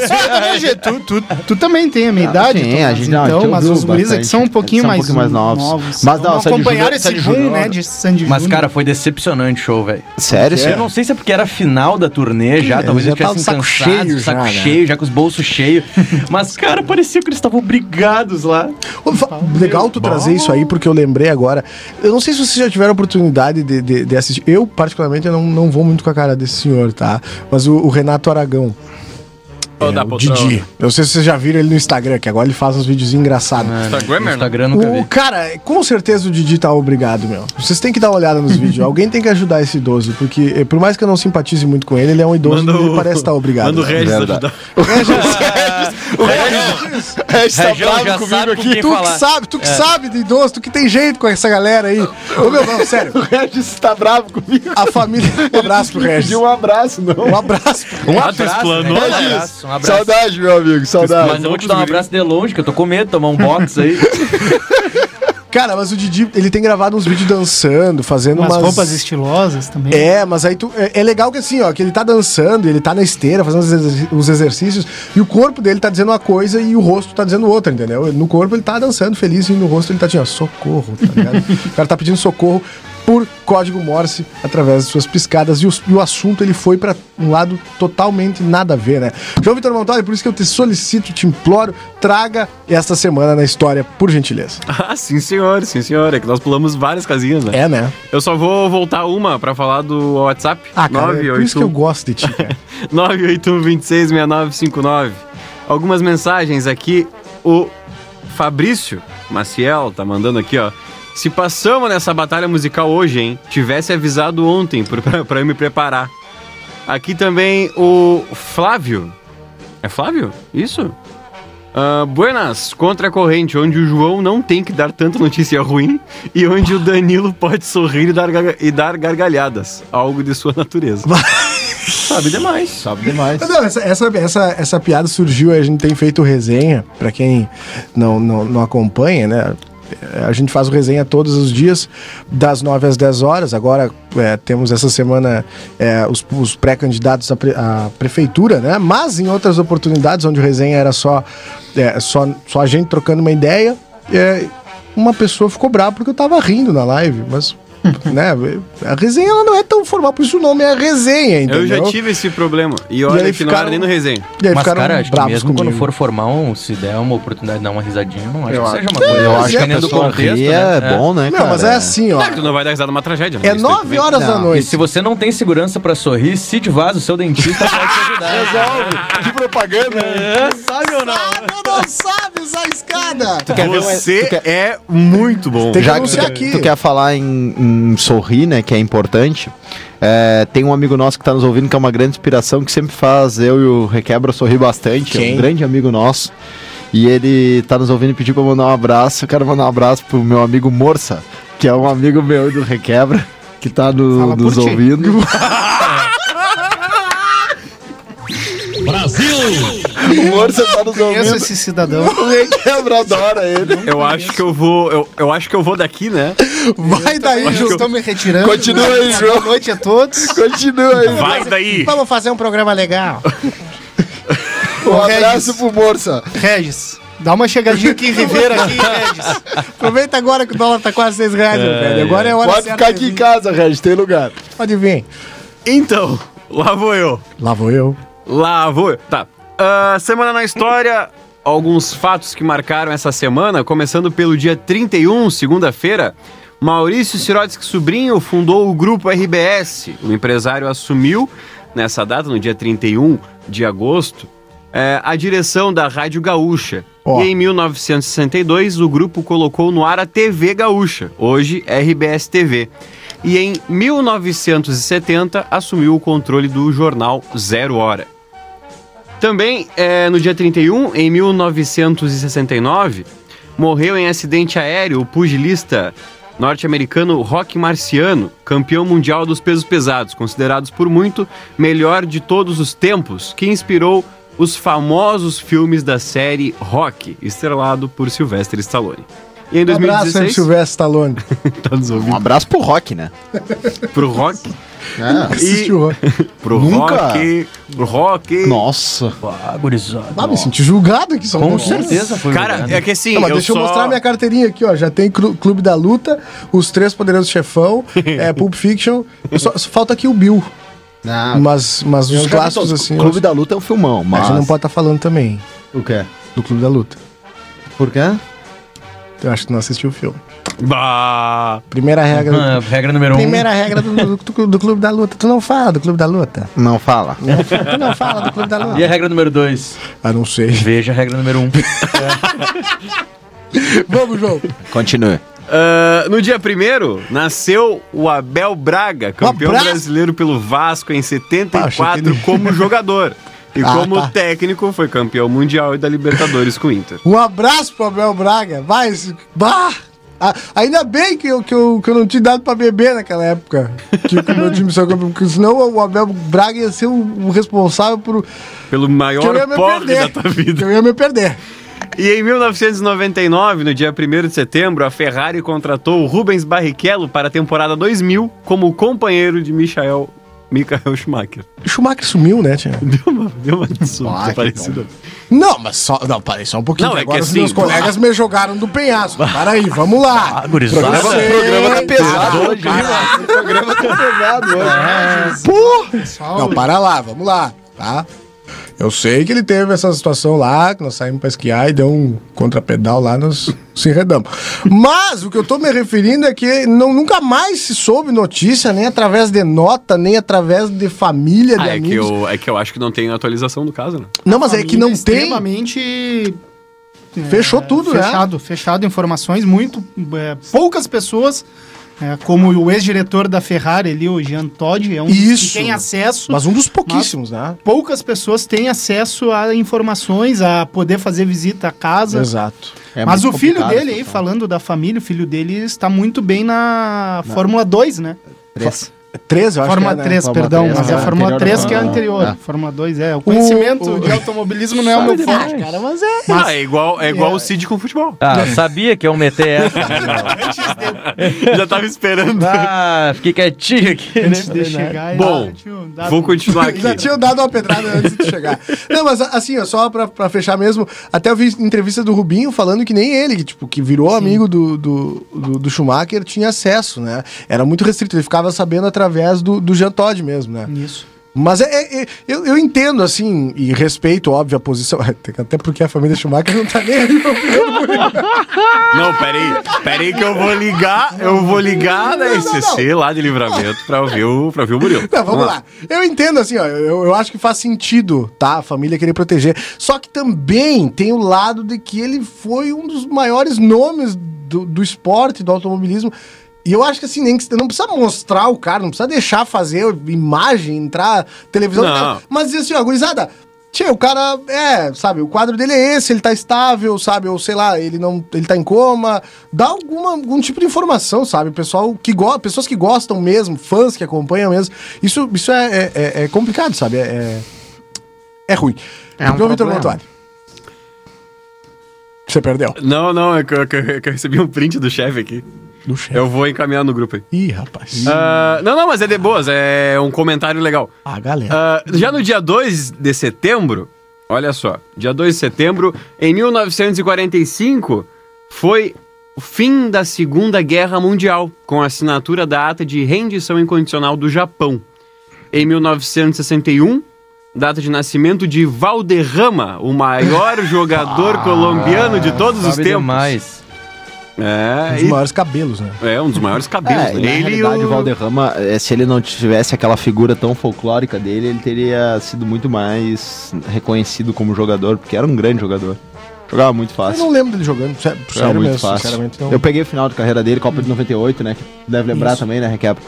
É, Gê, tu, tu, tu também tem a minha idade,
sim,
Tomás,
a gente- não, a gente
então, mas
ouviu
os guris é que
bastante.
são um pouquinho
São um
mais,
pouquinho mais novos. Mas
Mas
não,
não,
Sandy
acompanharam
Júnior-
esse
Sandy
boom,
Júnior-
né, de Sandy
Mas,
Júnior.
cara, foi decepcionante o show, velho.
Sério,
Eu não sei se é porque era final da turnê já,
É,
talvez
já
eles tivessem
tava
cansado, saco
de saco cheio
cheio, saco
já, né?
cheio, já com os bolsos
(laughs)
cheios. Mas, cara, parecia que eles estavam brigados lá.
Ô, fa- Legal tu trazer isso aí, porque eu lembrei agora. Eu não sei se vocês já tiveram oportunidade de, de- de assistir. Eu, particularmente, eu não, não vou muito com a cara desse senhor, tá? Mas o, o Renato Aragão.
Ó,
é,
dá
o
pra-
Didi. Eu não sei se vocês já viram ele no Instagram, que agora ele faz uns vídeos engraçados.
Instagram,
No
né?
Instagram eu nunca
O
vi.
cara, com certeza o Didi tá obrigado, meu. Vocês têm que dar uma olhada nos vídeos. Alguém tem que ajudar esse idoso, porque eh, por mais que eu não simpatize muito com ele, ele é um idoso
Manda
e ele
o-
parece estar obrigado.
Manda o Regis
É Verdade.
ajudar.
O Regis, o Regis tá
Região
bravo
já
comigo
sabe
aqui.
com quem
Tu
falar.
que sabe, tu que sabe de idoso, tu que tem jeito com essa galera aí. Ô meu, não, sério.
O Regis tá bravo comigo.
A família. Um abraço pro Regis.
Pediu um abraço, não.
Um abraço. pro Regis.
Um abraço, explanou.
né?
Regis,
abraço, um abraço.
Saudade, meu amigo, saudade.
Mas eu vou te dar um abraço de longe, que eu tô com medo de tomar um
(laughs)
box aí.
Cara, mas o Didi, ele tem gravado uns vídeos dançando, fazendo
umas
umas.
roupas estilosas também.
É, mas aí tu. É, é legal que assim, ó, que ele tá dançando, ele tá na esteira, fazendo os exer- os exercícios, e o corpo dele tá dizendo uma coisa e o rosto tá dizendo outra, entendeu? No corpo ele tá dançando feliz e no rosto ele tá dizendo, ó, socorro, tá ligado? o cara tá pedindo socorro por código Morse através de suas piscadas e o, e o assunto ele foi pra um lado totalmente nada a ver, né? João Vitor Montoli, por isso que eu te solicito, te imploro, traga esta semana na história, por gentileza.
(laughs) Ah, sim, senhor, sim, senhor. É que nós pulamos várias casinhas, né?
É, né?
Eu só vou voltar uma pra falar do WhatsApp.
Ah, cara, é por isso que eu
981.
gosto de ti, cara.
981266959. Algumas mensagens aqui. O Fabrício Maciel tá mandando aqui, ó. Se passamos nessa batalha musical hoje, hein? Tivesse avisado ontem por- (laughs) pra, pra eu me preparar. Aqui também o Flávio. É Flávio? Isso? Ah, buenas, contra a corrente, onde o João não tem que dar tanta notícia ruim e onde o Danilo pode sorrir e dar, garga- e dar gargalhadas. Algo de sua natureza.
Sabe demais.
Sabe demais.
Não, essa, essa, essa, essa piada surgiu, a gente tem feito resenha, pra quem não, não, não acompanha, né? A gente faz o resenha todos os dias, das 9 às 10 horas. Agora é, temos essa semana é, os, os pré-candidatos à, pre- à prefeitura, né? Mas em outras oportunidades, onde o resenha era só, é, só, só a gente trocando uma ideia, é, uma pessoa ficou brava porque eu tava rindo na live, mas.
Hum.
né? A resenha ela não é tão formal, por isso o nome é resenha, entendeu?
Eu já tive esse problema. E
E
olha
aí
que não era
ficaram-
nem no resenho.
E aí
Mas,
ficaram
cara, acho que
bravos
mesmo
comigo.
quando for formal, se der uma oportunidade de dar uma risadinha, não acho
Eu
que
acho-
seja uma coisa.
Eu acho que a
Dependendo do
pessoa
contexto,
rir
né?
é bom, é né,
Não,
cara?
mas é assim, ó.
Claro que tu não vai dar risada numa tragédia. né?
É
Isso tem que ver.
9 horas da
Não,
E
noite.
se você não tem segurança pra sorrir, Cid Vaz, o seu
(laughs)
dentista, pode te ajudar.
Resolve. De propaganda. né?
Sabe ou não?
Não, não sabe usar a escada.
Você é muito bom.
Tem que
Já que tu,
anunciar aqui.
tu quer falar em, em sorrir, né? Que é importante. é, tem um amigo nosso que tá nos ouvindo, que é uma grande inspiração, que sempre faz eu e o Requebra sorrir bastante. É
Quem?
um grande amigo nosso. E ele tá nos ouvindo e pediu pra eu mandar um abraço. Eu quero mandar um abraço pro meu amigo Morsa, que é um amigo meu e do Requebra, que tá no-
Fala por
nos
ti.
ouvindo.
(laughs)
Brasil! O Morsa tá nos
Conheço
ouvindo.
esse cidadão.
O Requebra adora ele.
Eu acho que eu vou. Eu, eu acho que eu vou daqui, né?
Vai daí,
Eu
Ju.
estou me retirando.
Continua aí, João.
Boa noite a todos.
Continua aí.
Vai daí!
Vamos fazer um
(laughs)
programa legal.
Um
Regis.
abraço pro Morsa.
Regis, dá uma chegadinha aqui em
(laughs)
Ribeira, aqui, Regis.
Aproveita agora que o dólar tá quase 6 reais, meu velho. Agora é hora
Pode
certa
ficar
de
aqui em
vir.
casa, Regis, tem lugar.
Pode vir.
(laughs) Então, lá vou eu.
Lá vou eu.
Lá vou eu. Tá. Ah, semana na história. Alguns fatos que marcaram essa semana, começando pelo dia 31, segunda-feira. Maurício Sirotsky Sobrinho fundou o grupo RBS. O empresário assumiu nessa data, no dia 31 de agosto, eh, a direção da Rádio Gaúcha.
Ó.
E em 1962, o grupo colocou no ar a TV Gaúcha, hoje RBS TV. E em 1970, assumiu o controle do jornal Zero Hora. Também, eh, no dia 31, em 1969, morreu em acidente aéreo o pugilista norte-americano Rock Marciano, campeão mundial dos pesos pesados, considerados por muito melhor de todos os tempos, que inspirou os famosos filmes da série Rock, estrelado por Sylvester Stallone. E em
Um abraço, hein,
2016,
(laughs)
Silvestre Stallone.
tá nos ouvindo,
Um abraço pro rock, né?
Ah,
pro rock,
É.
Assistiu.
pro
Nunca.
rock, pro rock.
Nossa.
Ah, me senti julgado aqui, só
Com
Nossa.
certeza foi
Cara,
julgado.
é que assim,
né? Não, mas
eu
deixa
só...
eu mostrar minha carteirinha aqui, ó. Já tem Clu- Clube da Luta, Os Três Poderosos
(laughs)
Chefão, é, Pulp Fiction. Só, só falta aqui o Bill.
Não,
Mas, mas os clássicos, assim.
Clube da Luta é um filmão,
A
mas.
gente não pode estar falando também
O quê?
do Clube da Luta.
Por quê?
Eu acho que não assistiu o filme.
Bah!
Primeira regra.
Ah, regra número um.
Então, Primeira regra do, do- do Clube da Luta. Tu não fala do Clube da Luta.
Não fala.
(laughs)
é-
Tu não fala do Clube da
E a
Luta.
regra número dois?
Ah, não sei.
Veja a regra número um.
Vamos, João.
Continue.
Ah, no dia 1 nasceu o Abel Braga, campeão
abraço.
brasileiro pelo Vasco em
Ah, achei
74
que ele-
como jogador. E
(laughs) Ah,
como
tá.
técnico foi campeão mundial e da Libertadores com o Inter.
Um abraço pro Abel Braga. Vai, esse- bah! A- Ainda bem que eu, que, eu, que eu não tinha dado pra beber naquela época. Que o meu time saiu campeão. Porque senão o Abel Braga ia ser o, o responsável por.
Pelo
Que eu
maior
ia me
porre da
perder.
tua
Que (laughs)
vida.
eu ia me perder.
E em 1999, no dia 1 de setembro, a Ferrari contratou o Rubens Barrichello para a temporada 2000 como companheiro de Michael, Michael Schumacher. (laughs)
O Schumacher sumiu, né, tia?
Deu uma, deu uma
Ah, que
desaparecida.
Não, mas só. Não, parei só um pouquinho.
Não,
que
é que
agora os
assim,
meus colegas me jogaram do penhasco. Para aí, vamos lá.
gurizada.
Programa-
Sim.
programa tá
pesado hoje, O programa tá pesado hoje.
Não, para lá, vamos lá, tá? Eu sei que ele teve essa situação lá, que nós saímos pra esquiar e deu um contrapedal lá, nós se enredamos. Mas o que eu tô me referindo é que não, nunca mais se soube notícia, nem através de nota, nem através de família, de
Ah, é que,
amigos.
eu, é que eu acho que não tem atualização do caso, né?
Não, mas é que não tem.
Extremamente
Fechou tudo, né?
É, fechado, fechado informações, muito é, poucas pessoas, é, como o ex-diretor da Ferrari ali, o Jean Todt, é um
Isso.
que tem acesso.
Mas um dos pouquíssimos, né?
Poucas pessoas têm acesso a informações, a poder fazer visita à casa.
Exato.
É
Mas o
muito
filho
complicado
dele aí,
essa
falando da família, o filho dele está muito bem na Fórmula 2, né?
situação.
É Três, eu acho
Fórmula
que é, né?
3,
Fórmula
perdão,
3,
mas é a
né?
Fórmula
Anterior
3
da
que é a
Fórmula
anterior.
um, né?
Fórmula 2 é. O conhecimento de automobilismo não é o meu forte, cara, mas é.
Mas, é igual, é igual o Cid com futebol.
(laughs)
Ah, sabia que eu meter essa.
Já tava esperando.
Ah, fiquei quietinho aqui.
Antes
né?
de chegar, Ah,
Bom,
já tinha dado-
Vou continuar aqui.
Já tinham dado uma pedrada antes de chegar. Não, mas assim, ó, só pra, pra fechar mesmo, até eu vi entrevista do Rubinho falando que nem ele, que, tipo, que virou amigo do, do, do, do Schumacher, tinha acesso, né? Era muito restrito, ele ficava sabendo através do, do Jean Todt mesmo, né?
Isso.
Mas é, é- é- eu, eu entendo, assim, e respeito, óbvio, a posição. (laughs) Até porque a família Schumacher não tá nem aí. pra opinião do Rubinho.
Não, peraí. Peraí que eu vou ligar. Eu vou ligar na SCC lá de livramento pra ouvir o, pra ouvir
(laughs)
o Murilo.
Não, Tá, vamos lá. Eu entendo, assim, ó, eu, eu acho que faz sentido, tá? A família querer proteger. Só que também tem o lado de que ele foi um dos maiores nomes do, do esporte, do automobilismo. E eu acho que assim, nem que não precisa mostrar o cara, não precisa deixar fazer imagem, entrar televisão.
Não.
nada. Mas assim, ó, gurizada, Tchê, o cara, é, sabe, o quadro dele é esse, ele tá estável, sabe, ou sei lá, ele não, ele tá em coma, dá alguma, algum tipo de informação, sabe, O pessoal que gosta, pessoas que gostam mesmo, fãs que acompanham mesmo, isso, isso é, é- é- é complicado, sabe, é, é, é ruim.
É um
João Vitor
problema.
Montuari. Você perdeu.
Não, não, é que eu, que eu- é que eu recebi um print do chefe aqui.
Do chefe.
Eu vou encaminhar no grupo aí.
Ih, rapaz.
Ah, não, não, mas é de boas, é um comentário legal.
Ah, galera.
Ah, já no dia 2 de setembro, olha só, dia 2 de setembro, em 1945, foi o fim da Segunda Guerra Mundial, com a assinatura da ata de rendição incondicional do Japão. Em 1961, data de nascimento de Valderrama, o
(laughs)
maior jogador
Ah,
colombiano de todos os
Sabe
tempos.
demais.
Um
É,
dos maiores cabelos, né?
e- é um dos maiores cabelos.
É, e
né?
na
Ele e
realidade, o Valderrama, eh, se ele não tivesse aquela figura tão folclórica dele, ele teria sido muito mais reconhecido como jogador, porque era um grande jogador. Jogava muito
Eu
fácil.
não lembro dele jogando, sé-
Jogava
sério
muito
mesmo,
fácil.
sinceramente. Não.
Eu peguei o final de carreira dele, Copa de 98, né? Que deve lembrar
Isso.
também, né, Requebra?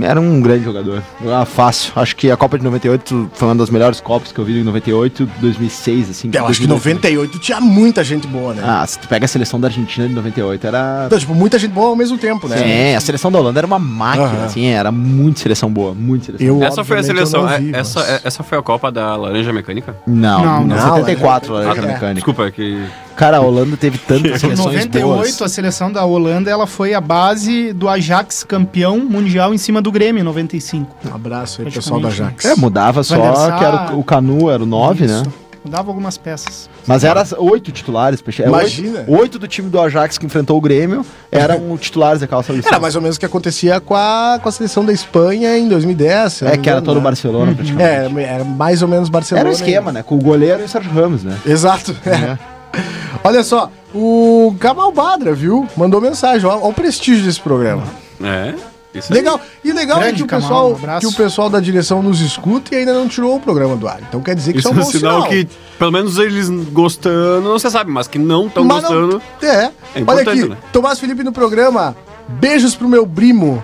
Era um grande jogador. Jogava fácil. Acho que a Copa de 98 foi uma das melhores Copas que eu vi em 98, 2006, assim.
Eu acho que
2002.
98 tinha muita gente boa, né?
Ah, se tu pega a seleção da Argentina de 98, era.
Então, tipo, muita gente boa ao mesmo tempo, né?
É, a seleção da Holanda era uma máquina,
Aham.
assim, era muito seleção boa, muito seleção.
Eu,
Essa foi a
obviamente, eu
seleção.
não vi,
é- essa,
mas-
é- essa foi a Copa da Laranja Mecânica?
Não,
Não,
não,
não,
74, a Laranja
Ah, tá.
Mecânica.
Desculpa, é que.
é Cara, a Holanda teve tantas
Em
seleções
98,
boas.
a seleção da Holanda ela foi a base do Ajax campeão mundial em cima do Grêmio em 95.
Um abraço aí, pessoal da Jax.
(laughs) É, mudava
Van der
só,
Sar.
que era o, o Canu era o 9, né?
Isso. Mudava algumas peças.
Mas era as oito titulares, Peixe. É
Imagina.
Oito, oito do time do Ajax que enfrentou o Grêmio eram (laughs) titulares é daquela seleção.
Era mais ou menos o que acontecia com a, com a seleção da Espanha em 2010. se eu
É
não
que era
me engano,
todo o
né?
Barcelona, praticamente.
É, era mais ou menos Barcelona.
Era o esquema, né? Uhum. Com o goleiro e o Sérgio Ramos, né?
Exato. é. Olha só, o Gamal Badra, viu? Mandou mensagem, ó, ó o prestígio desse programa.
É. Isso aí.
Legal. E legal é
Grande
que o,
Gamal,
pessoal,
um abraço.
que o pessoal da direção nos escuta e ainda não tirou o programa do ar. Então quer dizer que isso,
Isso é um sinal, que, pelo menos eles gostando, não se sabe, mas que não estão
Mas não-
gostando.
É.
É
Olha
importante,
aqui,
né?
Tomás Felipe no programa. Beijos pro meu
(laughs)
primo.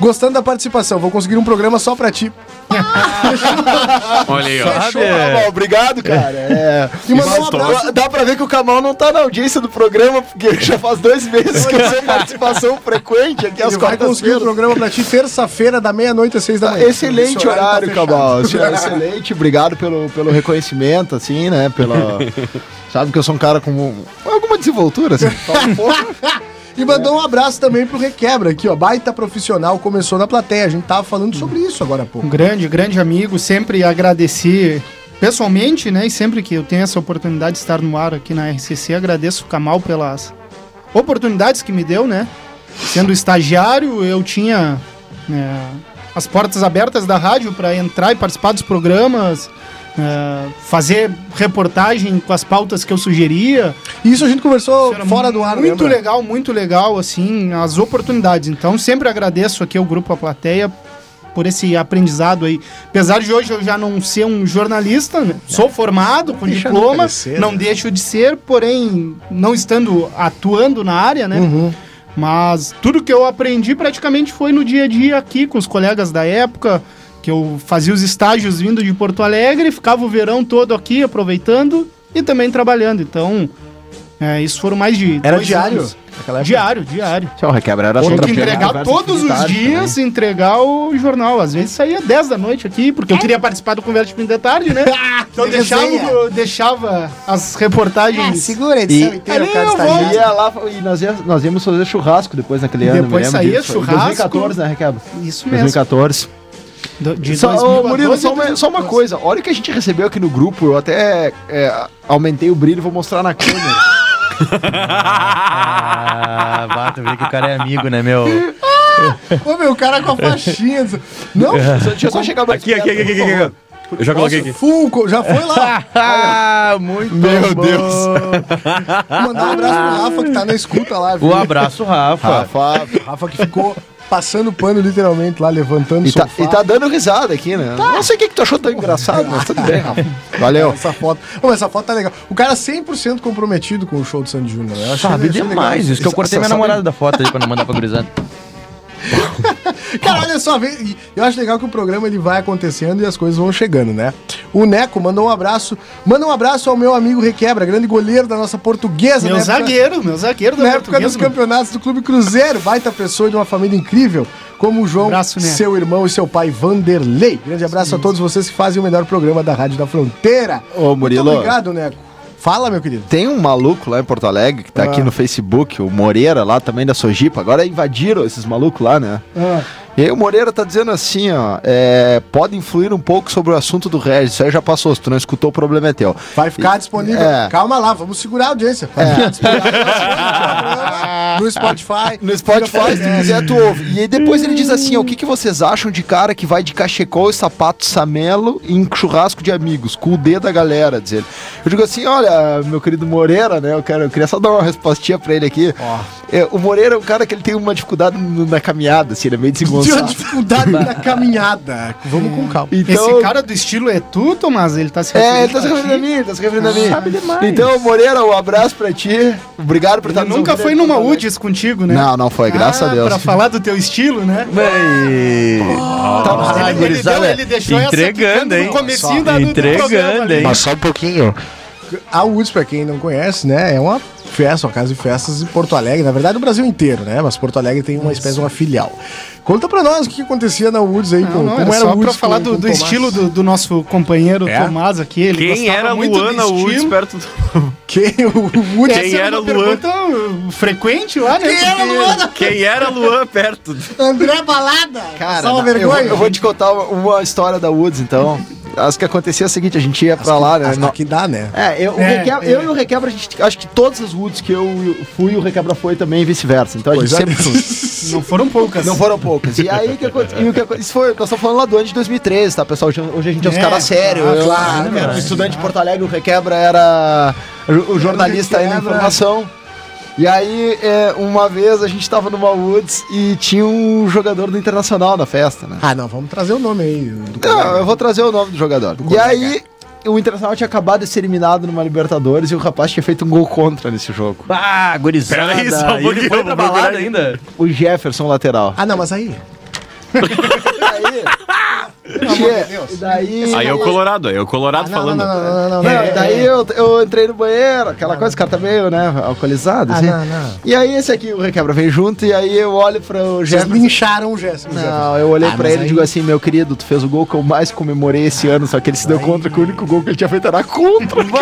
Gostando da participação, vou conseguir um programa só pra ti.
Olha aí, ó.
Fechou, Camal. Tá Obrigado, cara. É.
E mandar um
Mas
abraço.
Dá pra ver que o Camal não tá na audiência do programa, porque já faz dois meses que
(laughs)
eu sou participação frequente aqui às
Ele vai conseguir um
é quartas-feiras.
programa pra ti terça-feira, da meia-noite às seis da manhã.
Excelente
Esse
horário,
tá fechado.
Cabal. Senhor, Excelente, obrigado pelo, pelo reconhecimento, assim, né?
(laughs)
Pela. Sabe que eu sou um cara com alguma desenvoltura, assim. Fala um pouco. (laughs)
E mandou um abraço também pro Requebra aqui, ó. Baita profissional, começou na plateia. A gente tava falando sobre isso agora há pouco.
Um grande, grande amigo, sempre agradeci pessoalmente, né? E sempre que eu tenho essa oportunidade de estar no ar aqui na RCC, agradeço o Kamal pelas oportunidades que me deu, né? Sendo estagiário, eu tinha né, as portas abertas da rádio para entrar e participar dos programas, eh, fazer reportagem com as pautas que eu sugeria.
Isso a gente conversou
Isso era
fora do ar,
Muito
lembra?
legal, muito legal, assim, as oportunidades. Então, sempre agradeço aqui ao Grupo A Plateia por esse aprendizado aí. Apesar de hoje eu já não ser um jornalista, né? sou formado com
É. deixa de
diploma,
parecer,
não
né?
deixo de ser, porém, não estando atuando na área, né?
Uhum.
Mas tudo que eu aprendi praticamente foi no dia a dia aqui com os colegas da época, que eu fazia os estágios vindo de Porto Alegre, ficava o verão todo aqui aproveitando e também trabalhando. Então, é, isso foram mais de.
Era
dois
diário?
anos.
Naquela época.
Diário, diário.
Tchau, é Requebra. Era
Tinha
outra
que entregar
pegada,
todos os
diversidade
dias, entregar o jornal. Às vezes saía 10 da noite aqui, porque eu queria participar do Conversa de Fim de Tarde, (laughs) né? Então deixava, deixava as reportagens.
segura a
edição
inteira, o cara tá
eu vou.
estagiário.
também. Ia lá e nós, ia- nós íamos fazer churrasco depois naquele ano,
Depois
me lembro
saía
disso.
churrasco.
2014, né, Requebra?
Isso mesmo.
2014.
Do- De
Só,
2012
ô, Murilo,
a
só uma, só uma
2014.
coisa. Olha o que a gente recebeu aqui no grupo. Eu até é, aumentei o brilho e vou mostrar na câmera.
(laughs)
Ah, bato, vê que o cara é amigo, né, meu?
Ô, meu, o cara com a faixinha. Não, (laughs)
É.
Só- Deixa eu só chegar né? mais
Aqui, aqui, aqui,
perto,
aqui,
por
aqui,
favor.
aqui. Eu já coloquei aqui.
Fulco, já foi
(laughs)
lá.
Ah, muito
Meu
bom.
Deus.
Mandar um abraço pro Rafa, que tá na escuta lá. viu?
Um abraço, Rafa.
Ah,
Rafa.
Rafa que ficou passando pano, literalmente, lá, levantando o
E tá,
sofá.
e tá dando risada aqui, né?
Tá.
Não sei o que, que tu achou tão engraçado, mas tudo bem, Rafa. Valeu.
né? Essa foto. Ô, mas essa foto tá legal. O cara 100% comprometido com o show do Sandy Júnior. né? Eu achei-
Sabe
achei legal
demais. Isso que eu cortei minha
Sabe-
namorada da foto aí pra não mandar pra gurizada.
Cara, olha só, vem- eu acho legal que o programa ele vai acontecendo e as coisas vão chegando, né? O Neco mandou um abraço. Manda um abraço ao meu amigo Requebra, grande goleiro da nossa portuguesa, né?
Meu
na época-
zagueiro, meu zagueiro da
Na época dos
portuguesa. mano.
campeonatos do Clube Cruzeiro, baita pessoa de uma família incrível, como o João,
Abraço, Neco.
seu irmão e seu pai Vanderlei. Grande abraço a todos vocês que fazem o melhor programa da Rádio da Fronteira.
Ô, Murilo.
Muito obrigado, Neco. Fala, meu querido.
Tem um maluco lá em Porto Alegre que tá
Ah.
aqui no Facebook, o Moreira lá também da Sojipa. Agora invadiram esses malucos lá, né? E aí o Moreira tá dizendo assim, ó, é, pode influir um pouco sobre o assunto do Regis. Isso aí já passou, se tu não escutou, o problema é teu.
Vai ficar disponível.
É.
Calma lá, vamos segurar a audiência. Vai ficar disponível
(laughs)
no Spotify.
No Spotify, se tu
É.
quiser, tu ouve. E aí depois ele diz assim, ó, o que, que vocês acham de cara que vai de cachecol e sapato samelo em churrasco de amigos, com o D da galera, diz ele. Eu digo assim, olha, meu querido Moreira, né, eu, quero, eu queria só dar uma respostinha pra ele aqui. É, o Moreira é um cara que ele tem uma dificuldade no- na caminhada, assim, ele é meio
Tinha uma
desengonçado.
dificuldade na caminhada. Vamos com calma.
Então,
Esse cara do estilo é tu, Tomás? Ele tá se
É, ele tá se
referindo a
referindo a
ti?
mim, ele tá se referindo a mim. Então, Moreira, um abraço pra ti. Obrigado por
Ele
estar nos
nunca
ouvindo
foi
aí,
numa
Porto
antes contigo, né?
Não, não foi, graças
Ah,
a Deus.
Pra falar do teu estilo, né?
Tá, mas
Ah, Ele- ele, deu,
gurizada,
é,
ele deixou essa
entregando,
picando
hein?
é no comecinho da, do, do
Entregando,
programa ali.
hein?
Mas só um pouquinho. A UDS, pra quem não conhece, né, é uma festa, uma casa de festas em Porto Alegre, na verdade no Brasil inteiro, né? Mas Porto Alegre tem uma espécie de uma filial. Conta pra nós o que acontecia na UDS aí,
Não,
com,
não,
como
era
era a
um
só
UDS
pra falar
com-
do,
com
do
Tomás.
estilo do, do nosso companheiro
É?
Tomás aqui. Ele
Quem
gostava
era
muito
Luana
do
Woods
estilo.
perto do...
Quem, é o UDS
Essa
era
é uma
Luan?
pergunta uh, frequente lá, né?
Quem era
Porque-
Luana?
Quem era Luan perto do...
André Balada! Cara, Só uma
eu, vou-
vergonha.
eu vou te contar uma história da Woods, então. As que acontecia é o seguinte, a gente ia pra lá, né?
Ah,
Acho
no-
que dá, né?
É, eu, o
É,
Requebra-
é.
eu e o Requebra, a gente, acho que todas as Woods que eu fui, o Requebra foi também e vice-versa. Então a gente
Pois é.
sempre (laughs)
Não foram poucas.
Não foram poucas. E aí, o que aconteceu? Isso foi, nós estamos falando lá do ano de 2013, tá, pessoal? Hoje, hoje a gente é uns
É,
caras sérios.
claro,
Eu,
claro,
eu era um
cara.
estudante de Porto Alegre, o Requebra era o jornalista aí na
Requebra.
informação. E aí, é, uma vez a gente tava numa Woods e tinha um jogador do Internacional na festa, né?
Ah, não, vamos trazer o nome aí. do
Não,
colega.
eu vou trazer o nome do jogador. e
colega.
aí, o Internacional tinha acabado de ser eliminado numa Libertadores e o rapaz tinha feito um gol contra nesse jogo.
Ah, gurizada.
Peraí, só um
E
pouquinho,
ele foi
eu
pra
vou
balada
procurar aí.
ainda.
O Jefferson, lateral.
Ah, não, mas aí.
Aí, e daí,
Aí é o Colorado, aí é o Colorado
Ah, não,
falando.
não, não, não, não, não,
Não,
não,
daí eu, eu entrei no banheiro, aquela coisa, o cara tá meio, né, alcoolizado,
Ah,
assim.
não, não.
E aí esse aqui, o Requebra, veio junto, e aí eu olho pro
Vocês
Jefferson.
lincharam o Jefferson.
Não, eu olhei
Ah,
pra
mas
ele e
aí-
digo assim, meu querido, tu fez o gol que eu mais comemorei esse ano, só que ele se deu conta que o único gol que ele tinha feito era contra. (laughs)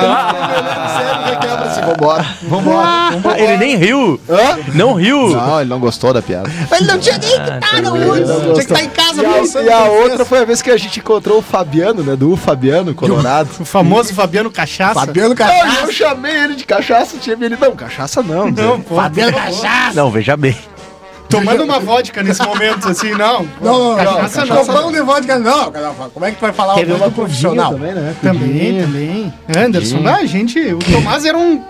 Sério, Requebra, assim, vambora. Vambora.
Ah, ele nem riu. Não riu.
Não, ele não gostou da piada.
Ele não tinha nem que estar no
Ele É, não
Tinha que
gostou.
estar em casa
E a,
pensando
e a
no que
outra foi a vez que a gente encontrou o Fabiano, né, do Fabiano, (laughs) Colorado.
O famoso Fabiano Cachaça.
Fabiano
Não, e
Cachaça.
eu chamei ele de cachaça, tinha ele, não, cachaça não. né?
Não, pô.
Fabiano Cachaça.
Não, veja bem.
Tomando uma vodka nesse momento, assim, não.
Não, não, não.
Cachaça não.
não vamos de vodka, não. cara, Como é que tu vai falar o nome do profissional?
também, né?
Também, também. Anderson, ah, gente, o Tomás era um,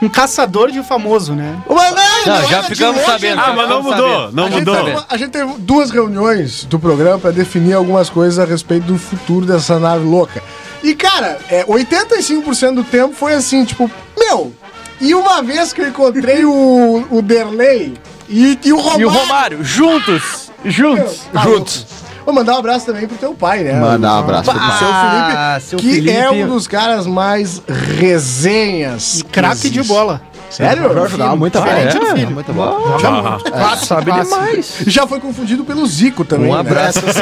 um caçador de famoso, né?
Mas não,
Não,
não,
já
era de
ficamos
longe,
sabendo.
Ah, mas não
Vamos
mudou,
saber.
não
A gente,
mudou.
teve, uma- a gente teve duas reuniões do programa para definir algumas coisas a respeito do futuro dessa nave louca. E, cara, é, 85% do tempo foi assim, tipo, meu, e uma vez que eu encontrei o, o Derley e, e o Romário.
E o Romário, juntos,
meu,
juntos.
tá louco. Vou mandar um abraço também pro teu pai, né?
Mandar um
O-
abraço
o
pro pai.
seu Felipe,
Ah, seu
que
Felipe.
é um dos caras mais resenhas.
E craque de bola.
Sério?
Eu jogava muita bola.
Diferente do
É,
filho.
muita bola.
sabe demais.
Já foi confundido pelo Zico também.
Um
né?
abraço.
é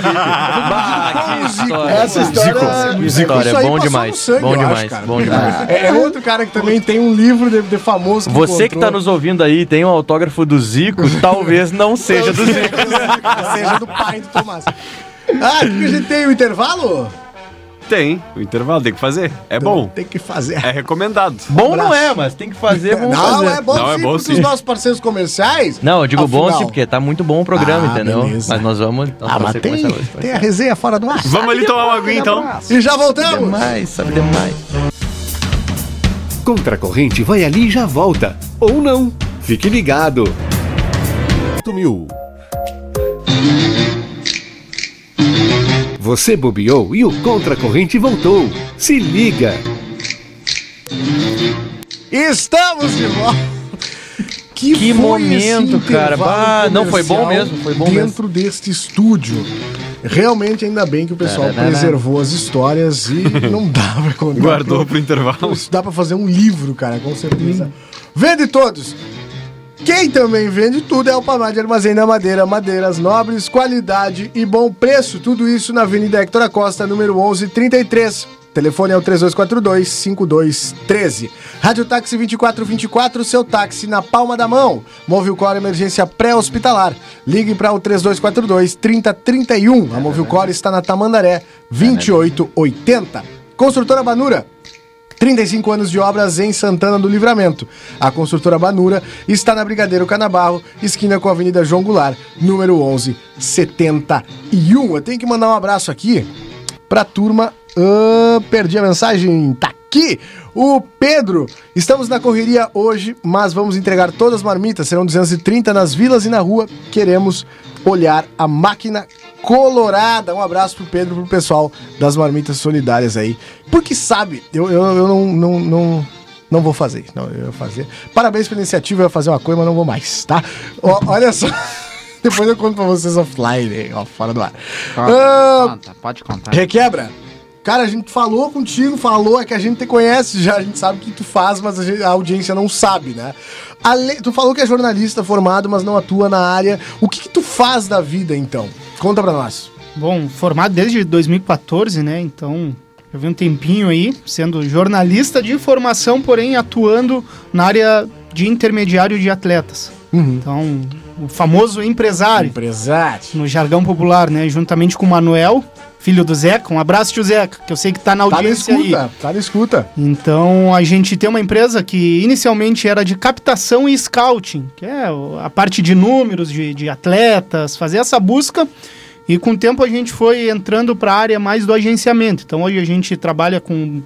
Como o Zico.
Essa história...
Zico.
Zico,
História,
é isso aí
é bom
passou
demais,
no sangue,
bom
eu
demais,
cara.
bom demais.
É, é outro cara que também tem um livro de, de famoso.
Você que tá nos ouvindo aí, tem um autógrafo do
(laughs)
Zico, talvez não seja do Zico.
nos. (laughs) Seja do pai do Tomás. Ah, o que a gente tem o intervalo?
Tem, o intervalo tem que fazer. É bom,
Tem que fazer.
é recomendado.
Bom não é, mas tem que fazer. vamos
Não,
fazer.
é bom
Não, é
sim,
bom
porque os
sim.
nossos parceiros comerciais.
Não, eu digo bom
afinal-
sim, porque tá muito bom o programa,
Ah,
entendeu?
beleza.
Mas nós vamos. Nós
Ah,
vamos
mas
ser
tem,
comerciais.
tem a resenha fora do ar.
Vamos ali tomar uma aguinha então.
E já voltamos.
Demais, sabe demais.
Contra a corrente vai ali e já volta. Ou não. Fique ligado. Sumiu. Você bobeou e o Contra a corrente voltou. Se liga.
Estamos de volta. Que,
Que momento, cara.
intervalo
Bah, não, foi bom
comercial
mesmo, foi bom
Dentro deste estúdio. Realmente, ainda bem que o pessoal
Tararara.
preservou as histórias e
(laughs)
não dá pra contar.
Guardou pro intervalo.
Isso dá pra fazer um livro, cara, com certeza. Vende todos! Quem também vende tudo é o Palmar de Armazém da Madeira, madeiras nobres, qualidade e bom preço. Tudo isso na Avenida Hector Acosta, número 1133. Telefone é o 3242-5213. Rádio Táxi 2424, seu táxi na palma da mão. Movilcor Emergência Pré-Hospitalar. Ligue para o 3242-3031. A Movilcor está na Tamandaré 2880. Construtora Banura. 35 anos de obras em Santana do Livramento. A construtora Banura está na Brigadeiro Canabarro, esquina com a Avenida João Goulart, número 1171. Eu tenho que mandar um abraço aqui pra turma. Ah, perdi a mensagem, tá aqui! O Pedro, estamos na correria hoje, mas vamos entregar todas as marmitas, serão 230 nas vilas e na rua. Queremos olhar a máquina colorada. Um abraço pro Pedro, pro pessoal das marmitas solidárias aí. Porque sabe, eu, eu, eu não, não, não, Não vou fazer. Não, eu ia fazer. Parabéns pela iniciativa, eu ia fazer uma coisa, mas não vou mais, tá? Ó, olha só. (laughs) Depois eu conto pra vocês offline, ó, fora do ar. Ah,
Conta, pode contar.
Requebra. Cara, a gente falou contigo, falou, é que a gente te conhece já, a gente sabe o que tu faz, mas a, gente- a audiência não sabe, né? Ale- tu falou que é jornalista formado, mas não atua na área. O que, que tu faz da vida, então? Conta pra nós.
Bom, formado desde 2014, né? Então, eu vi um tempinho aí sendo jornalista de formação, porém atuando na área de intermediário de atletas. Então, o famoso empresário,
Empresário.
no jargão popular, né? Juntamente com o Manuel, filho do Zeca. Um abraço, tio Zeca, que eu sei que tá na
Tá na
audiência aí.
escuta, tá na escuta.
Então a gente tem uma empresa que inicialmente era de captação e scouting, que é o- a parte de números, de, de atletas, fazer essa busca. E com o tempo a gente foi entrando para a área mais do agenciamento. Então hoje a gente trabalha com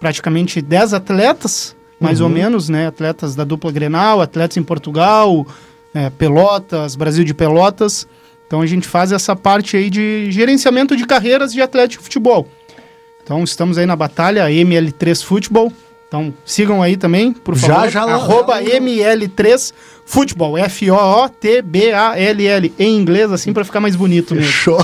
praticamente 10 atletas, mais
Uhum.
ou menos, né? Atletas da dupla Grenal, atletas em Portugal, é, Pelotas, Brasil de Pelotas. Então a gente faz essa parte aí de gerenciamento de carreiras de atlético e futebol. Então estamos aí na batalha ML3 Futebol. Então sigam aí também, por
Já,
favor.
já lá-
arroba
já-
ML3 Futebol. F-O-O-T-B-A-L-L. Em inglês, assim, para ficar mais bonito mesmo.
Show.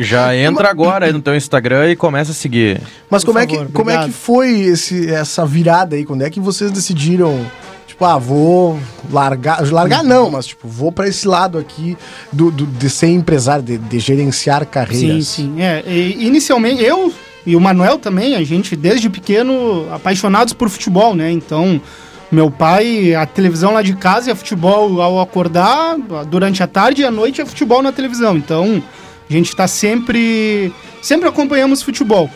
Já entra agora aí no teu Instagram e começa a seguir.
Mas
Por
como, é,
favor,
que, como é que
obrigado.
foi esse- essa virada aí? Quando é que vocês decidiram, tipo, ah, vou largar. Largar não, mas tipo, vou pra esse lado aqui do, do- de ser empresário, de, de gerenciar
Sim,
carreiras.
sim. É, e inicialmente, eu e o Manuel também, a gente desde pequeno apaixonados por futebol, né? Então, meu pai, a televisão lá de casa é futebol ao acordar, durante a tarde e à noite é futebol na televisão. Então, a gente tá sempre. Sempre acompanhamos futebol.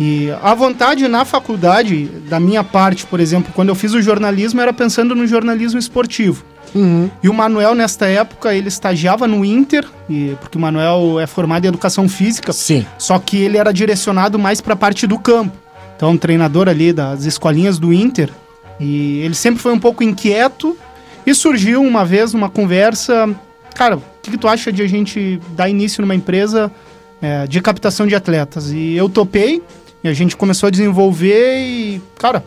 E a vontade na faculdade, da minha parte, por exemplo, quando eu fiz o jornalismo, era pensando no jornalismo esportivo. E o Manuel, nesta época, ele estagiava no Inter, e- porque o Manuel é formado em educação física,
Sim.
só que ele era direcionado mais para a parte do campo. Então, um treinador ali das escolinhas do Inter, e ele sempre foi um pouco inquieto, e surgiu uma vez uma conversa, cara, o que, que tu acha de a gente dar início numa empresa é, de captação de atletas? E eu topei, e a gente começou a desenvolver, e, cara,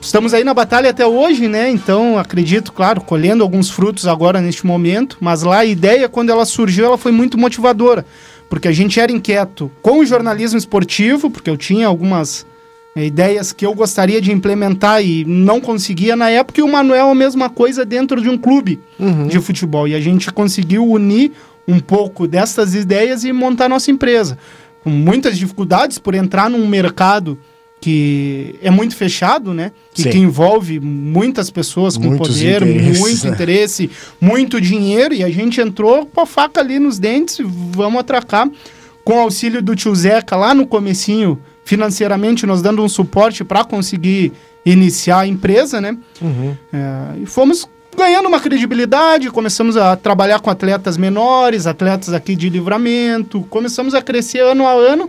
Estamos aí na batalha até hoje, né? Então, acredito, claro, colhendo alguns frutos agora neste momento, mas lá a ideia, quando ela surgiu, ela foi muito motivadora, porque a gente era inquieto com o jornalismo esportivo, porque eu tinha algumas eh, ideias que eu gostaria de implementar e não conseguia na época, e o Manuel a mesma coisa dentro de um clube de futebol. E a gente conseguiu unir um pouco dessas ideias e montar nossa empresa. Com muitas dificuldades por entrar num mercado que é muito fechado, né? E
Sim.
que envolve muitas pessoas com
Muitos
poder,
interesses,
muito
né?
interesse, muito dinheiro. E a gente entrou com a faca ali nos dentes, e vamos atracar. Com o auxílio do tio Zeca lá no comecinho, financeiramente, nos dando um suporte para conseguir iniciar a empresa, né?
Uhum.
É, e fomos ganhando uma credibilidade, começamos a trabalhar com atletas menores, atletas aqui de livramento, começamos a crescer ano a ano.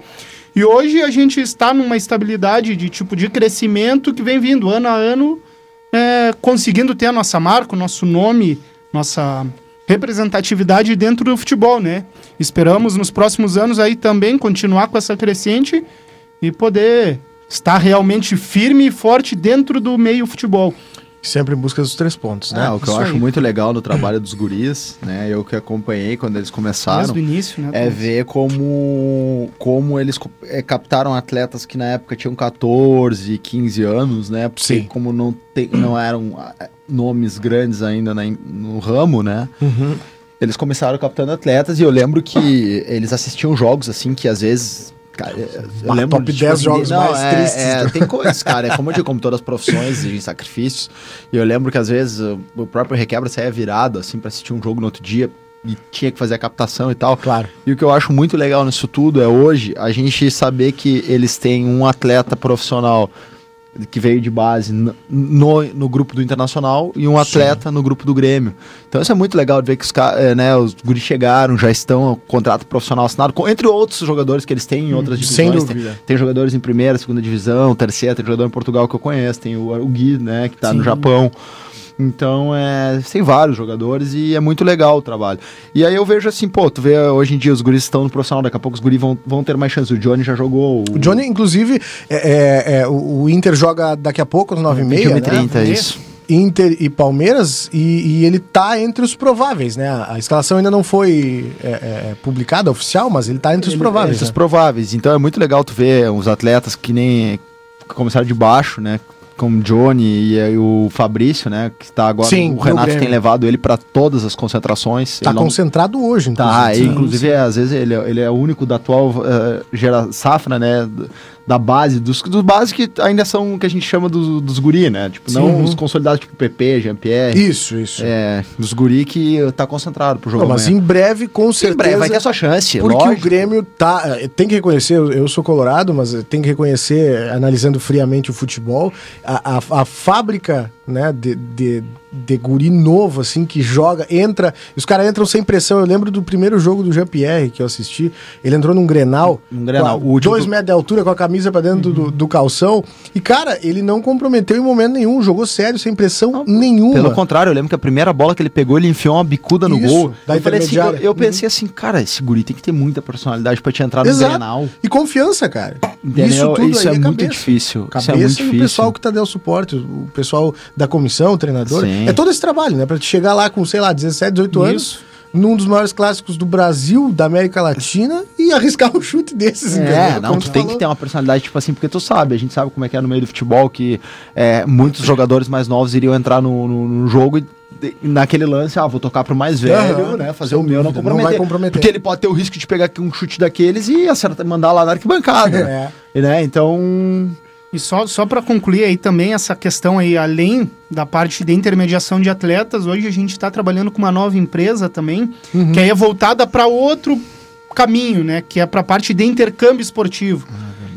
E hoje a gente está numa estabilidade de tipo de crescimento que vem vindo ano a ano, é, conseguindo ter a nossa marca, o nosso nome, nossa representatividade dentro do futebol, né? Esperamos nos próximos anos aí também continuar com essa crescente e poder estar realmente firme e forte dentro do meio futebol.
Sempre em busca dos três pontos, né?
É, o que eu
isso
acho
aí.
muito legal no trabalho dos guris, né? Eu que acompanhei quando eles começaram.
Desde o início, né?
É ver como, como eles co- é, captaram atletas que na época tinham 14, 15 anos, né? Porque
Sim.
como não, tem, não eram ah, nomes grandes ainda na in- no ramo, né? Eles começaram captando atletas e eu lembro que eles assistiam jogos assim que às vezes. Cara, eu
Bah,
lembro
top
de,
10 jogos mais
é,
tristes
é,
do-
tem coisas, cara. É como eu digo, como todas as profissões e sacrifícios. E eu lembro que às vezes o o próprio Requebra saía virado, assim, pra assistir um jogo no outro dia e tinha que fazer a captação e tal.
Claro.
E o que eu acho muito legal nisso tudo é hoje a gente saber que eles têm um atleta profissional que veio de base n- no, no grupo do Internacional e um atleta no grupo do Grêmio. Então isso é muito legal de ver que os, ca- eh, né, os guris chegaram, já estão, com contrato profissional assinado, com- entre outros jogadores que eles têm em outras
Hum, Sem
divisões. tem-
dúvida.
tem jogadores em primeira, segunda divisão, terceira, tem jogador em Portugal que eu conheço, tem o, o Gui, né, que tá
Sim.
no Japão. Então, é, tem vários jogadores e é muito legal o trabalho. E aí eu vejo assim, pô, tu vê hoje em dia os guris estão no profissional, daqui a pouco os guris vão, vão ter mais chance. O Johnny já jogou.
O Johnny, inclusive, é, é- é, o o Inter joga daqui a pouco, às 9h30.
21h30,
né?
é isso.
Inter e Palmeiras, e, e ele tá entre os prováveis, né? A, a escalação ainda não foi é, é, é, publicada, oficial, mas ele tá entre os prováveis.
Entre os
né?
prováveis. Então é muito legal tu ver uns atletas que nem que começaram de baixo, né? Como o Johnny e aí o Fabrício, né? Que tá agora.
Sim,
o
no
Renato
Grêmio.
tem levado ele pra todas as concentrações.
Tá
Ele não-
concentrado hoje, então.
Tá, e, inclusive, é, às vezes ele, é- ele é o único da atual eh, gera safra, né? d- Da base, dos, dos base que ainda são o que a gente chama dos, dos guri, né? Tipo, não
Sim.
os consolidados tipo PP, Jean-Pierre.
Isso, isso.
É, dos guri que tá concentrado pro jogo.
Não, mas
amanhã.
em breve, com certeza.
vai é ter a sua chance.
Porque
lógico.
o Grêmio tá. eh, Tem que reconhecer, eu eu sou colorado, mas eh, tem que reconhecer, eh, analisando friamente o futebol, a, a, a fábrica né, de, de, de guri novo, assim, que joga, entra. Os caras entram sem pressão. Eu lembro do primeiro jogo do Jean-Pierre que eu assisti. Ele entrou num Grenal.
Num Grenal,
com
o
a-
último
dois
do- Uhum.
metros de altura com a camisa pra dentro do, do calção. E, cara, ele não comprometeu em momento nenhum, jogou sério, sem pressão nenhuma.
Pelo contrário, eu lembro que a primeira bola que ele pegou, ele enfiou uma bicuda no
Isso,
gol.
da
eu, falei assim, eu,
intermediária. Uhum.
eu pensei assim, cara, esse guri tem que ter muita personalidade pra te entrar Tá no
Exato.
Grenal.
E confiança, cara.
Entendeu?
Isso tudo aí
é, muito
cabeça.
difícil.
Cabeça
isso é muito
e
difícil.
o pessoal que tá dando suporte, o o pessoal da comissão, o treinador.
Sim.
É todo esse trabalho, né? Pra te chegar lá com, sei lá, 17, 18 anos, num dos maiores clássicos do Brasil, da América Latina, e arriscar (laughs) um chute desses,
É,
entendeu?
não,
Como
tu tem
falou.
que ter uma personalidade, tipo assim, porque tu sabe, a gente sabe como é que é no meio do futebol, que é, muitos jogadores mais novos iriam entrar no, no- no jogo e, de- e naquele lance, ah, vou tocar pro mais velho,
Aham,
né, fazer
sem
o meu, não
dúvida, não
comprometer.
vai comprometer.
Porque ele pode ter o risco de pegar aqui um chute daqueles e acertar, mandar lá na arquibancada,
É.
E, né, então...
E só, só para concluir aí também essa questão aí, além da parte de intermediação de atletas, hoje a gente está trabalhando com uma nova empresa também, que aí é voltada para outro caminho, né? Que é para a parte de intercâmbio esportivo.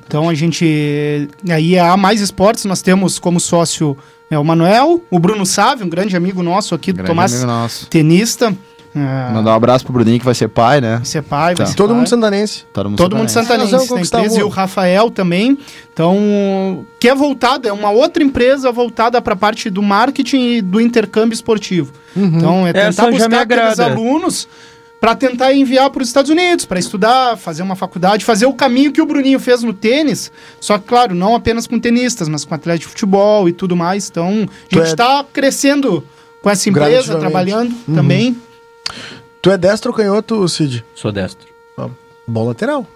então a gente. Aí é a Mais Esportes, nós temos como sócio é, o Manuel, o Bruno Sávio, um grande amigo nosso aqui, do Tomás,
nosso.
tenista. é,
Mandar um abraço pro Bruninho que vai ser pai, né?
vai ser pai,
Tá.
vai ser
Todo
pai.
mundo santanense.
Todo mundo
santanense.
santanense
Razão,
da
conquistar o
empresa e
mundo.
o Rafael também. Então, que é voltada, é uma outra empresa voltada para a parte do marketing e do intercâmbio esportivo.
Uhum.
Então, é tentar
Essa já me
buscar aqueles
agrada.
alunos para tentar enviar para os Estados Unidos, para estudar, fazer uma faculdade, fazer o caminho que o Bruninho fez no tênis. Só que, claro, não apenas com tenistas, mas com atletas de futebol e tudo mais. Então, a
Tu
gente
é-
está crescendo com essa
Gradativamente.
empresa,
Uhum.
trabalhando também.
Tu é destro ou canhoto, Cid?
Sou destro.
Bom lateral.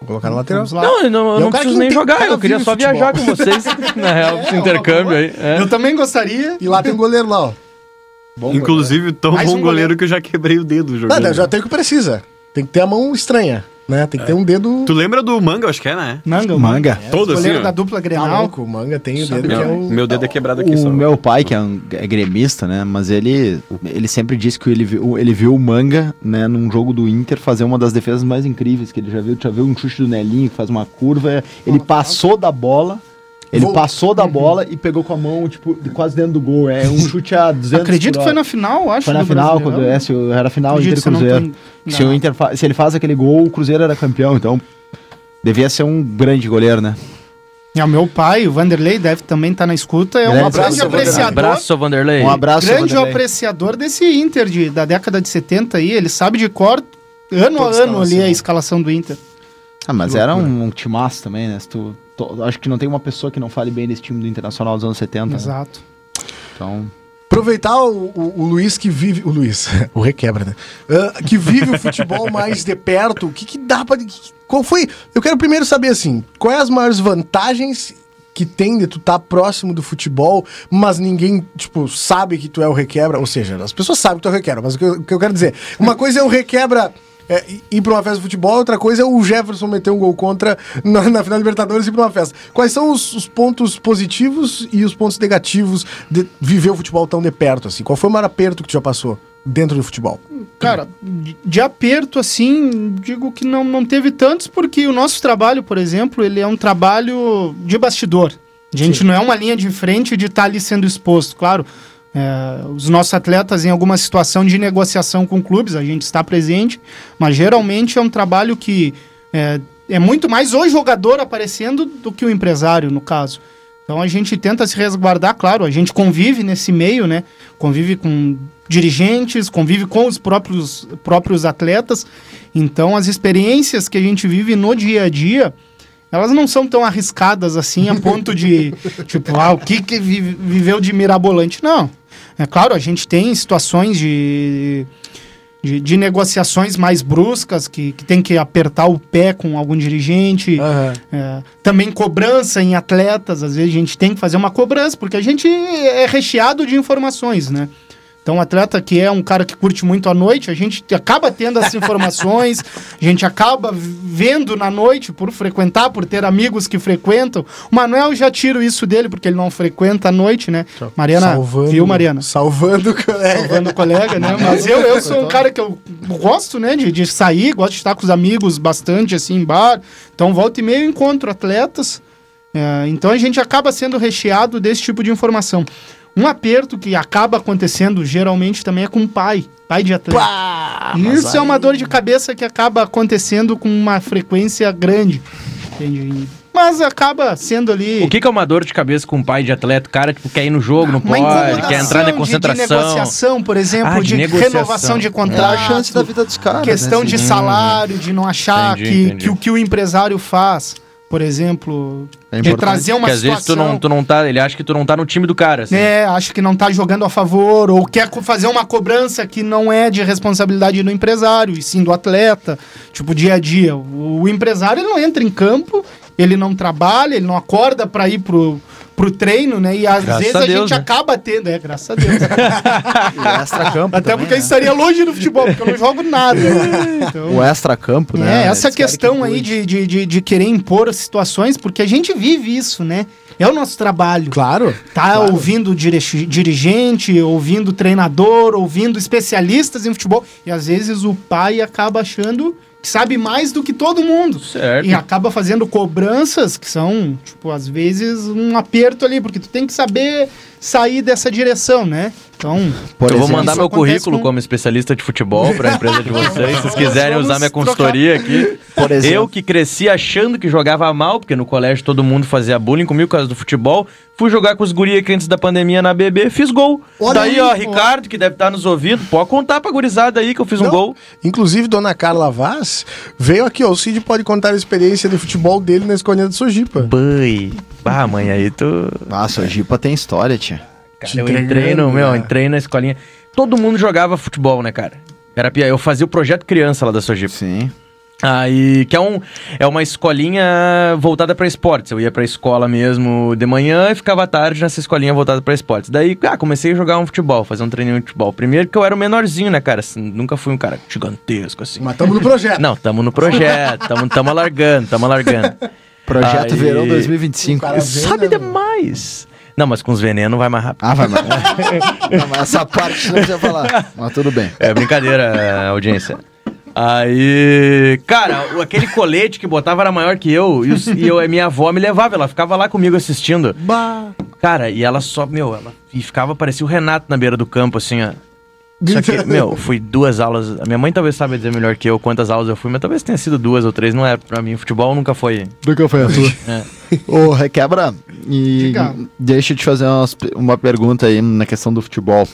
Vou colocar na lateral.
Vamos lá.
Não, eu não, eu
E é
não
um cara
preciso
que não
nem
tem
jogar,
cara
eu queria
vive
só
futebol.
viajar com vocês, (laughs) na real, esse intercâmbio aí. É.
Eu também gostaria.
E lá tem um goleiro lá, ó. né?
Inclusive, tão
Mais
bom
um
goleiro,
goleiro.
que eu já quebrei o dedo jogando.
Nada, já tem o que precisa. Tem que ter a mão estranha, né? Tem que ter um dedo.
Tu lembra do manga, acho que é, né?
Manga,
Manga.
Todo assim,
goleiro
ó.
da dupla
Tá
Grenal.
louco, o manga tem o dedo que é
Meu,
um-
o.
meu dedo é quebrado aqui
o
só.
meu pai, que é, um, é gremista, né? Mas ele, ele sempre disse que ele viu, ele viu o Manga, né? Num jogo do Inter, fazer uma das defesas mais incríveis que ele já viu. Já viu um chute do Nelinho, que faz uma curva. Ele passou da bola... Ele
Vou-
passou
Uhum.
da bola e pegou com a mão, tipo, quase dentro do gol. É um chute a 200
(laughs) Acredito
por
que foi
hora.
na final, acho.
Foi na
do
final, quando,
Brasileirão.
é, se o- era a final
Acredito,
Inter e
se eu não tô
Cruzeiro. Se, o
enganado.
Inter fa- se ele faz aquele gol, o Cruzeiro era campeão, então devia ser um grande goleiro, né?
É, o meu pai, o Vanderlei, deve também estar na escuta. É
Grande
um grande
abraço,
apreciador.
Abraço, Vanderlei.
Um abraço,
grande
Vanderlei.
apreciador desse Inter de- da década de 70 aí. Ele sabe de cor, ano
Toda
a ano ali,
escalação.
a escalação do Inter.
Ah, mas era um, um timaço também, né? Se tu, to- acho que não tem uma pessoa que não fale bem desse time do Internacional dos anos 70. né?
Exato.
Então,
Aproveitar o, o- o Luiz que vive. O Luiz, (laughs) o requebra, né? Ah, que vive o
(laughs)
futebol mais de perto. O que, que dá pra. que- que- Qual foi. Eu quero primeiro saber, assim, quais as maiores vantagens que tem de tu estar próximo do futebol, mas ninguém, tipo, sabe que tu é o requebra. Ou seja, as pessoas sabem que tu é o requebra, mas o que eu, o que eu quero dizer. Uma coisa é o requebra. é, ir pra uma festa de futebol, outra coisa é o Jefferson meter um gol contra na, na final da Libertadores e ir pra uma festa. Quais são os, os pontos positivos e os pontos negativos de viver o futebol tão de perto, assim? Qual foi o maior aperto que tu já passou dentro do futebol?
Cara, de, de aperto, assim, digo que não, não teve tantos, porque o nosso trabalho, por exemplo, ele é um trabalho de bastidor. A gente não é uma linha de frente de estar ali sendo exposto, claro. é, os nossos atletas em alguma situação de negociação com clubes, a gente está presente, mas geralmente é um trabalho que é, é muito mais o jogador aparecendo do que o empresário, no caso. Então a gente tenta se resguardar, claro, a gente convive nesse meio, né? Convive com dirigentes, convive com os próprios, próprios atletas. Então as experiências que a gente vive no dia a dia, elas não são tão arriscadas assim a ponto de, tipo, ah, o que, que vi- viveu de mirabolante. Não. É claro, a gente tem situações de, de, de negociações mais bruscas, que, que tem que apertar o pé com algum dirigente.
Aham.
É, também cobrança em atletas, às vezes a gente tem que fazer uma cobrança, porque a gente é recheado de informações, né? Então, um atleta que é um cara que curte muito à noite, a gente acaba tendo as informações, a gente acaba vendo na noite por frequentar, por ter amigos que frequentam. O Manuel eu já tiro isso dele, porque ele não frequenta à noite, né? Mariana, viu, Mariana?
Salvando o colega.
salvando o colega, né? É. Mas eu, eu sou um cara que eu gosto, né, de, de sair, gosto de estar com os amigos bastante, assim, em bar. Então, volta e meia eu encontro atletas. É, então, a gente acaba sendo recheado desse tipo de informação. Um aperto que acaba acontecendo geralmente também é com o pai, pai de atleta. Isso é uma dor de cabeça que acaba acontecendo com uma frequência grande. Entende? Mas acaba sendo ali.
O que, que é uma dor de cabeça com um pai de atleta? O cara, tipo, quer ir no jogo, não
Uma
pode, quer entrar
incomodação
na
de-
concentração.
De, negociação, por exemplo,
Ah, de
de,
negociação.
renovação de
É
contrato. Ah,
a chance da vida dos caras. né?
questão de salário, de não achar
Entendi,
que,
entendi.
que o que o empresário faz, por exemplo,
É
de
importante.
trazer uma
Porque às vezes tu
situação.
não, tu não tá. Ele acha que tu não tá no time do cara. Assim.
né, acho que não tá jogando a favor, ou quer co- fazer uma cobrança que não é de responsabilidade do empresário, e sim do atleta, tipo, dia a dia. O, o empresário ele não entra em campo, ele não trabalha, ele não acorda pra ir pro, pro treino, né? E às
Graças
vezes
a
a,
Deus,
gente
né?
acaba tendo, é, graças a
(laughs)
Deus.
O extra-campo.
Até
também,
porque eu
né?
estaria longe do futebol, porque eu não jogo nada.
(laughs)
né? Então-
O extra-campo, né?
é, essa
Eles querem
questão
que
aí
cuide.
de, de, de, de querer impor situações, porque a gente vive isso, né? É o nosso trabalho.
Claro.
Tá ouvindo diri- dirigente, ouvindo treinador, ouvindo especialistas em futebol. E às vezes o pai acaba achando que sabe mais do que todo mundo.
Certo.
E acaba fazendo cobranças que são, tipo, às vezes um aperto ali, porque tu tem que saber sair dessa direção, né? Então,
Por
eu vou
exemplo,
mandar
isso
meu
acontece
currículo
com-
como especialista de futebol pra empresa de vocês. Se vocês quiserem
Vamos
usar minha
trocar.
consultoria aqui.
Por exemplo.
Eu que cresci achando que jogava mal, porque no colégio todo mundo fazia bullying comigo por causa do futebol. Fui jogar com os guri aqui antes da pandemia na BB, fiz gol.
Olha
Daí,
aí,
ó,
pô.
Ricardo, que deve estar nos ouvindo, pode contar pra gurizada aí que eu fiz um
Não.
gol.
Inclusive, dona Carla Vaz veio aqui, ó. O Cid pode contar a experiência de futebol dele na Escolinha de Sojipa.
Bui. Ah, mãe, aí tu.
Nossa, o Jipa tem história, tia.
Cara,
Te
eu entrei
entregando,
no, meu,
né?
entrei na escolinha. Todo mundo jogava futebol, né, cara? Era pia. Eu fazia o projeto criança lá da Sojipa.
Sim.
Aí, que é, um, é uma escolinha voltada pra esportes. Eu ia pra escola mesmo de manhã e ficava à tarde nessa escolinha voltada pra esportes. Daí, ah, comecei a jogar um futebol, fazer um treininho de futebol. Primeiro que eu era o menorzinho, né, cara? Assim, nunca fui um cara gigantesco, assim.
Matamos no projeto.
Não, tamo no projeto, tamo, tamo alargando,
(laughs)
tamo alargando.
Projeto
Aí-
Verão 2025.
Cara,
Sabe
Tá vendo?
demais! Não, mas com os venenos vai mais rápido.
Ah, vai, mano. (laughs) Não, mas essa parte não precisa falar. Mas tudo bem.
É brincadeira, (laughs) audiência. Aí, cara, o- aquele colete que botava era maior que eu e, os- e eu, a minha avó me levava, ela ficava lá comigo assistindo. Cara, e ela só, meu, ela e ficava, parecia o Renato na beira do campo, assim, ó.
(laughs)
Só que, meu, fui duas aulas. A minha mãe talvez saiba dizer melhor que eu quantas aulas eu fui, mas talvez tenha sido duas ou três, não é pra mim. Futebol nunca foi.
Nunca foi a (laughs) tua. Ô, Requebra, e
Diga.
deixa eu te fazer umas- uma pergunta aí na questão do futebol.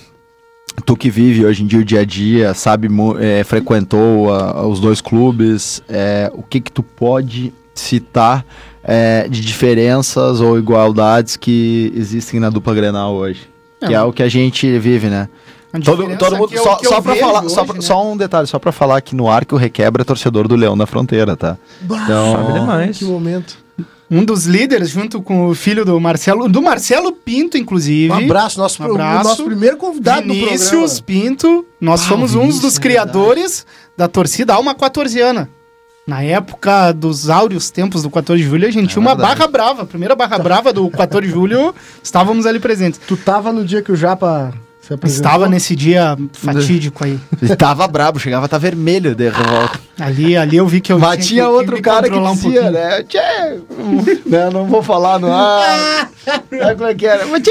Tu que vive hoje em dia o dia a dia, sabe, mu- é, frequentou a- os dois clubes, é, o que que tu pode citar é, de diferenças ou igualdades que existem na dupla Grenal hoje? Que é o que a gente vive, né?
a
Todo,
diferença
todo mundo,
que eu-
só,
que eu
só pra
vejo
falar, só,
hoje,
pra-
né?
só um detalhe, só pra falar que no ar que o Requebra é torcedor do Leão na Fronteira, tá?
Sabe
né?
Então,
demais.
Que momento.
Um dos líderes, junto com o filho do Marcelo, do Marcelo Pinto, inclusive.
Um abraço, nosso,
Um
pro-
abraço.
nosso primeiro convidado do programa.
Vinícius Pinto. Nós
Ah,
fomos uns
é
dos criadores da torcida Alma 14ana. Na época dos áureos tempos do 14 de julho, a
É
gente tinha uma
verdade.
barra brava. A primeira barra brava do 14 de julho, estávamos ali presentes.
Tá. Tu tava no dia que o Japa se apresentou?
Estava nesse dia fatídico aí.
Ele tava brabo, chegava, tá vermelho de revolta.
Ali, ali eu vi que eu
Mas
que-
tinha
que
outro
me
cara que
controlar um
dizia,
pouquinho.
né? Tchê, né? Não vou falar no
(laughs)
ar. Sabe como é que era? Mas, tchê.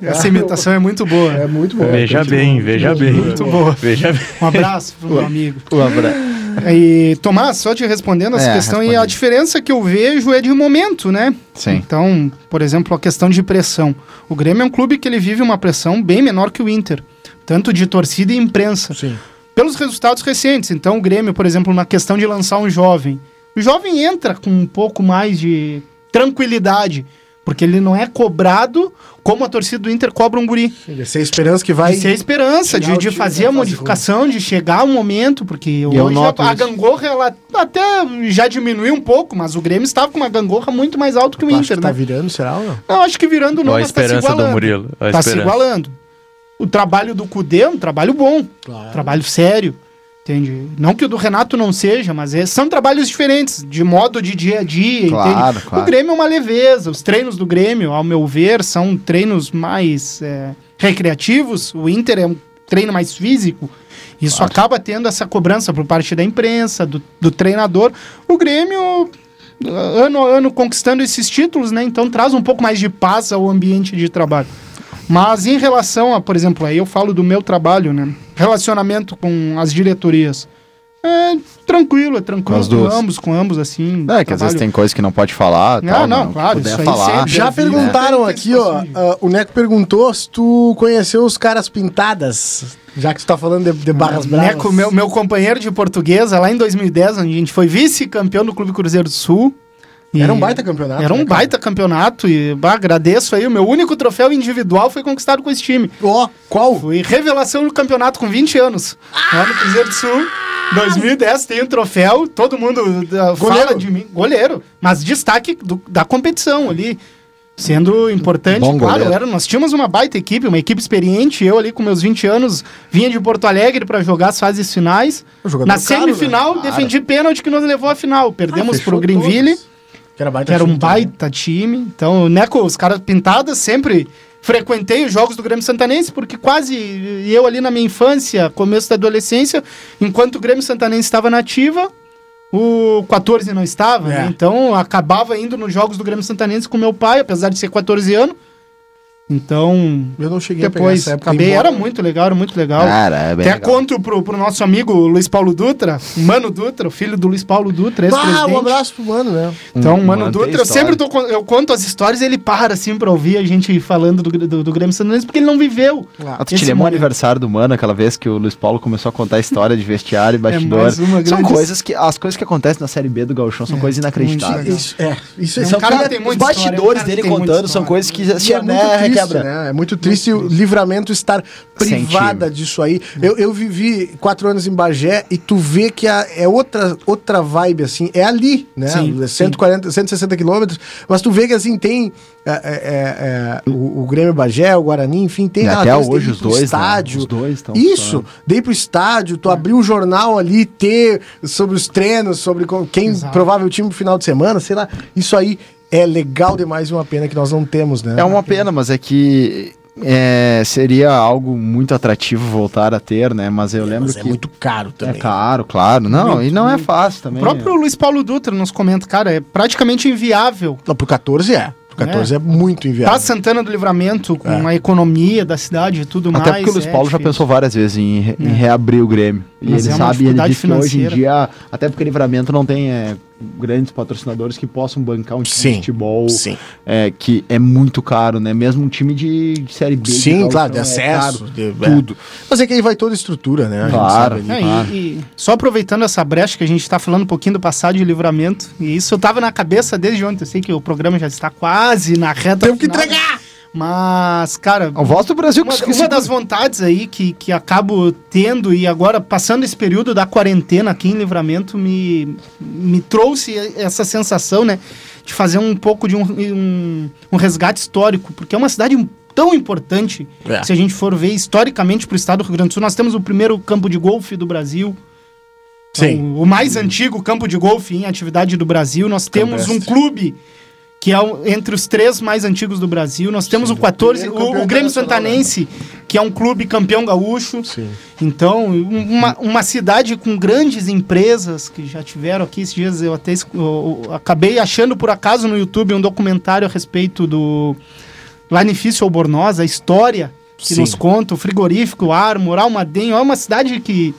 Essa imitação é muito boa.
É muito bom.
Veja bem, veja bem.
Muito boa.
Veja bem.
Um abraço pro meu amigo.
Um abraço.
E, Tomás, só te respondendo essa
É,
questão, e a
respondi.
diferença que eu vejo é de momento, né?
Sim.
Então, por exemplo, a questão de pressão. O Grêmio é um clube que ele vive uma pressão bem menor que o Inter, tanto de torcida e imprensa.
Sim.
Pelos resultados recentes. Então, o Grêmio, por exemplo, na questão de lançar um jovem. O jovem entra com um pouco mais de tranquilidade, porque ele não é cobrado como a torcida do Inter cobra um guri.
Essa é a esperança que vai.
De ser a esperança, de,
chegar
de
o time
fazer
na
a
fase
modificação, de chegar o momento, porque hoje
eu
a-
noto
a,
isso.
gangorra ela até já diminuiu um pouco, mas o Grêmio estava com uma gangorra muito mais alta que o
Tu acha
Inter,
que tá
né?
virando, será ou não?
Não, acho que virando não,
Olha a
mas tá se
esperança do
igualando.
Murilo. Olha a
Tá se
esperança.
igualando. O trabalho do Cudê é um trabalho bom,
Claro.
trabalho sério, entende? Não que o do Renato não seja, mas é- são trabalhos diferentes, de modo de dia a dia,
Claro,
entende?
claro.
O Grêmio é uma leveza, os treinos do Grêmio, ao meu ver, são treinos mais é, recreativos, o Inter é um treino mais físico, isso acaba tendo essa cobrança por parte da imprensa, do, do treinador. O Grêmio, ah, ano a ano, conquistando esses títulos, né? Então traz um pouco mais de paz ao ambiente de trabalho. Mas em relação a, por exemplo, aí eu falo do meu trabalho, né? Relacionamento com as diretorias. É tranquilo, é tranquilo
As
com
duas.
ambos, com ambos, assim.
É, que às vezes
trabalho-
tem coisas que não pode falar.
Não,
tal,
não,
que
claro,
puder
isso aí
falar.
sempre.
Já
vi, né?
perguntaram
Tem
aqui, ó.
possível.
ah, o Neco perguntou se tu conheceu os caras pintadas. Já que tu tá falando de, de Barras Bravas.
Neco, né, meu, meu companheiro de portuguesa, lá em 2010, onde a gente foi vice-campeão do Clube Cruzeiro do Sul. E
Era um baita campeonato.
Era um
né, cara?
baita campeonato e bah, agradeço aí. O meu único troféu individual foi conquistado com esse time.
Ó, qual?
Fui revelação do campeonato com 20 anos.
Ah!
Lá no Cruzeiro do Sul, 2010, tem um troféu, todo mundo ah, fala
Goleiro.
de mim. Goleiro, mas destaque do- da competição ali. Sendo importante,
Bom
claro,
goleiro.
era, nós tínhamos uma baita equipe, uma equipe experiente. Eu ali com meus 20 anos vinha de Porto Alegre para jogar as fases finais.
Um jogador
Na
caro,
semifinal,
né?
defendi pênalti que nos levou à final. Perdemos
Ah,
pro
fechou
Greenville.
todas. Que era, baita
Que era um
time também.
baita time. Então, o Neco, os caras pintadas, sempre frequentei os jogos do Grêmio Santanense, porque quase eu ali na minha infância, começo da adolescência, enquanto o Grêmio Santanense estava na ativa, o 14 não estava,
É.
né? Então, eu acabava indo nos jogos do Grêmio Santanense com meu pai, apesar de ser 14 anos. Então,
Eu não cheguei a pegar
depois
essa época.
acabei,
embora.
era muito legal, era muito legal.
Cara, é bem
Até
legal.
conto pro, pro nosso amigo Luiz Paulo Dutra, Mano Dutra, o filho do Luiz Paulo Dutra,
Ah,
ex-presidente.
um abraço pro mano, né?
Então,
Hum,
mano,
mano, tem
Dutra, eu
história.
sempre tô, con- eu conto as histórias e ele para, assim, pra ouvir a gente falando do, do, do Grêmio Santanense, porque ele não viveu.
Ah, tu te
esse
lembra o
momento.
aniversário do Mano, aquela vez que o Luiz Paulo começou a contar a história de vestiário e bastidor.
É mais uma
são
grande-
coisas que. As coisas que acontecem na série B do Gauchão são coisas inacreditáveis.
legal.
Isso, é, isso é,
É um
São
cara
cara-
que tem
os
muita história, é um
bastidores
cara que
dele
tem muita
contando são
história.
coisas que
E
assim,
é muito
né,
triste,
requebra.
né? É muito triste o livramento estar privada disso aí. Eu, eu vivi quatro anos em Bagé e tu vê que a- é outra, outra vibe, assim. É ali, né?
Sim,
140, 160 quilômetros. Mas tu vê que, assim, tem é, é, é, o, o Grêmio Bagé, o Guarani, enfim, tem...
E
aquela coisa
até
de
hoje
ir
os
pro
dois, né?
estádio.
Os dois estão
Isso, dei pro estádio, tu abriu o jornal ali, ter sobre os treinos, sobre co- quem
Exato.
provável time pro final de semana, sei lá. Isso aí é legal demais e uma pena que nós não temos, né?
É
Uhum.
uma pena, mas é que é, seria algo muito atrativo voltar a ter, né? Mas eu lembro
Mas
que
é muito caro
é
também.
caro, claro. Não, e não é fácil
O
também. né?
próprio Luiz Paulo Dutra nos comenta, cara, é praticamente inviável.
Não, pro 14 é. Pro 14 é, muito
Tá
inviável.
Santana do Livramento, com a economia da cidade e tudo mais.
É. Até porque o Luiz
é
Paulo já
difícil.
pensou várias vezes em, re- em reabrir o Grêmio. E
É. Mas
ele
é uma
sabe, ele
dificuldade
diz que hoje em
financeira.
dia, até porque o livramento não tem é, grandes patrocinadores que possam bancar um time
Sim,
de futebol
Sim,
é, que é muito caro, né? Mesmo um time de, de série B. de
sim,
tal,
claro, de
então é
acesso,
caro.
de- tudo. Mas é que aí vai toda a estrutura, né? A gente
Claro.
sabe ali.
É, e-
Claro.
e, só aproveitando essa brecha que a gente tá falando um pouquinho do passado de livramento, e isso eu tava na cabeça desde ontem, eu sei que o programa já está quase na reta
Temos que
final,
entregar!
Mas,
é.
cara,
A voz do Brasil
Uma,
que
uma das vontades aí que, que acabo tendo e agora passando esse período da quarentena aqui em Livramento me, me trouxe essa sensação, né? De fazer um pouco de um, um, um resgate histórico, porque é uma cidade tão importante.
É.
Se a gente for ver historicamente para o estado do Rio Grande do Sul, nós temos o primeiro campo de golfe do Brasil.
Sim.
Então, O, o mais antigo campo de golfe em atividade do Brasil. Nós temos um clube que é o- entre os três mais antigos do Brasil. Nós temos o 14,
primeiro
o,
campeão
o Grêmio
internacional, né?
Santanense, que é um clube campeão gaúcho.
Sim.
Então, um- uma, uma cidade com grandes empresas que já tiveram aqui esses dias. Eu até escu- eu- eu acabei achando por acaso no YouTube um documentário a respeito do Lanifício Albornoz, a história que
Sim.
nos conta, o frigorífico, o ar, moral, Madem. É uma cidade que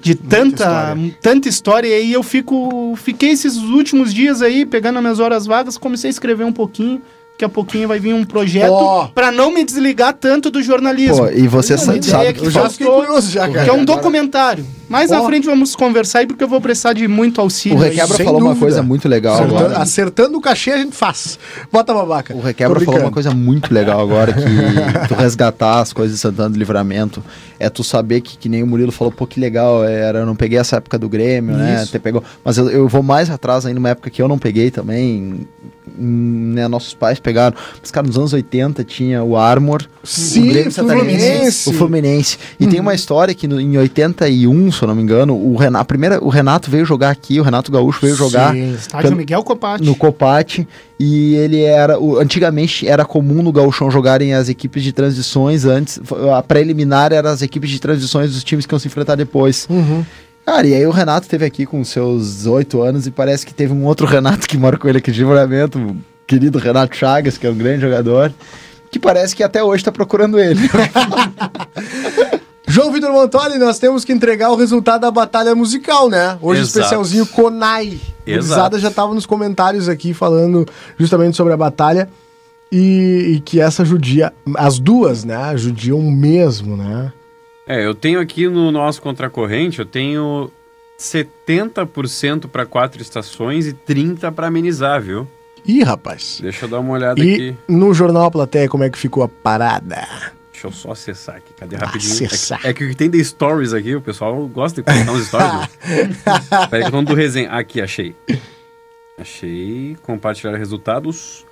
de tanta tanta história. e aí eu fico fiquei esses últimos dias aí pegando as minhas horas vagas, comecei a escrever um pouquinho, daqui a pouquinho vai vir um projeto
Ó.
pra não me desligar tanto do jornalismo.
Pô, e você
Uma
sa-
ideia
sabe.
que
Eu já fiquei
faltou,
curioso já, cara.
Que é um documentário. Mais na
Ó.
frente vamos conversar aí, porque eu vou precisar de muito
O
auxílio. aí.
Requebra
sem
falou uma
dúvida. Ah,
coisa muito legal
Acertando,
agora.
acertando o cachê a gente faz. Bota babaca.
O Requebra
Tô
falou
brincando.
uma coisa muito legal agora,
(laughs)
que tu resgatar as coisas de Santana do Livramento, é tu saber que, que nem o Murilo falou, pô, que legal, era, eu não peguei essa época do Grêmio, né, até pegou, mas eu, eu vou mais atrás ainda, uma época que eu não peguei também, hum, né, nossos pais pegaram, mas, cara, nos anos 80 tinha o Armor,
Sim,
o Grêmio Catarinense,
Fluminense. Uhum.
o Fluminense, e tem uma história que no- em 81, se eu não me engano, o Renato, a primeira, o Renato veio jogar aqui, o Renato Gaúcho veio jogar
Sim.
Estádio Miguel Copati.
no Copate e ele era o, antigamente era comum no gauchão jogarem as equipes de transições antes a preliminar era as equipes de transições dos times que iam se enfrentar depois cara e aí o Renato teve aqui com seus oito anos e parece que teve um outro Renato que mora com ele aqui de livramento o querido Renato Chagas que é um grande jogador que parece que até hoje tá procurando ele (laughs)
João Vitor Montoli, nós temos que entregar o resultado da batalha musical, né? Hoje o
Exato.
especialzinho Conai. O
Exato.
Gurizada já tava nos comentários aqui falando justamente sobre a batalha e, e que essa judia, as duas, né? Judiam mesmo, né?
É, eu tenho aqui no nosso contracorrente, eu tenho 70% para quatro estações e 30% para amenizar, viu?
Ih, rapaz.
Deixa eu dar uma olhada
E
aqui.
no Jornal A Plateia, como é que ficou a parada?
Deixa eu só acessar aqui. Cadê rapidinho?
Ah, Acessar.
É que, é que o que tem de stories aqui, o pessoal gosta de colocar
(laughs)
uns stories. né? Peraí, que eu tô falando do resenha. Aqui, achei. Achei. Compartilhar resultados.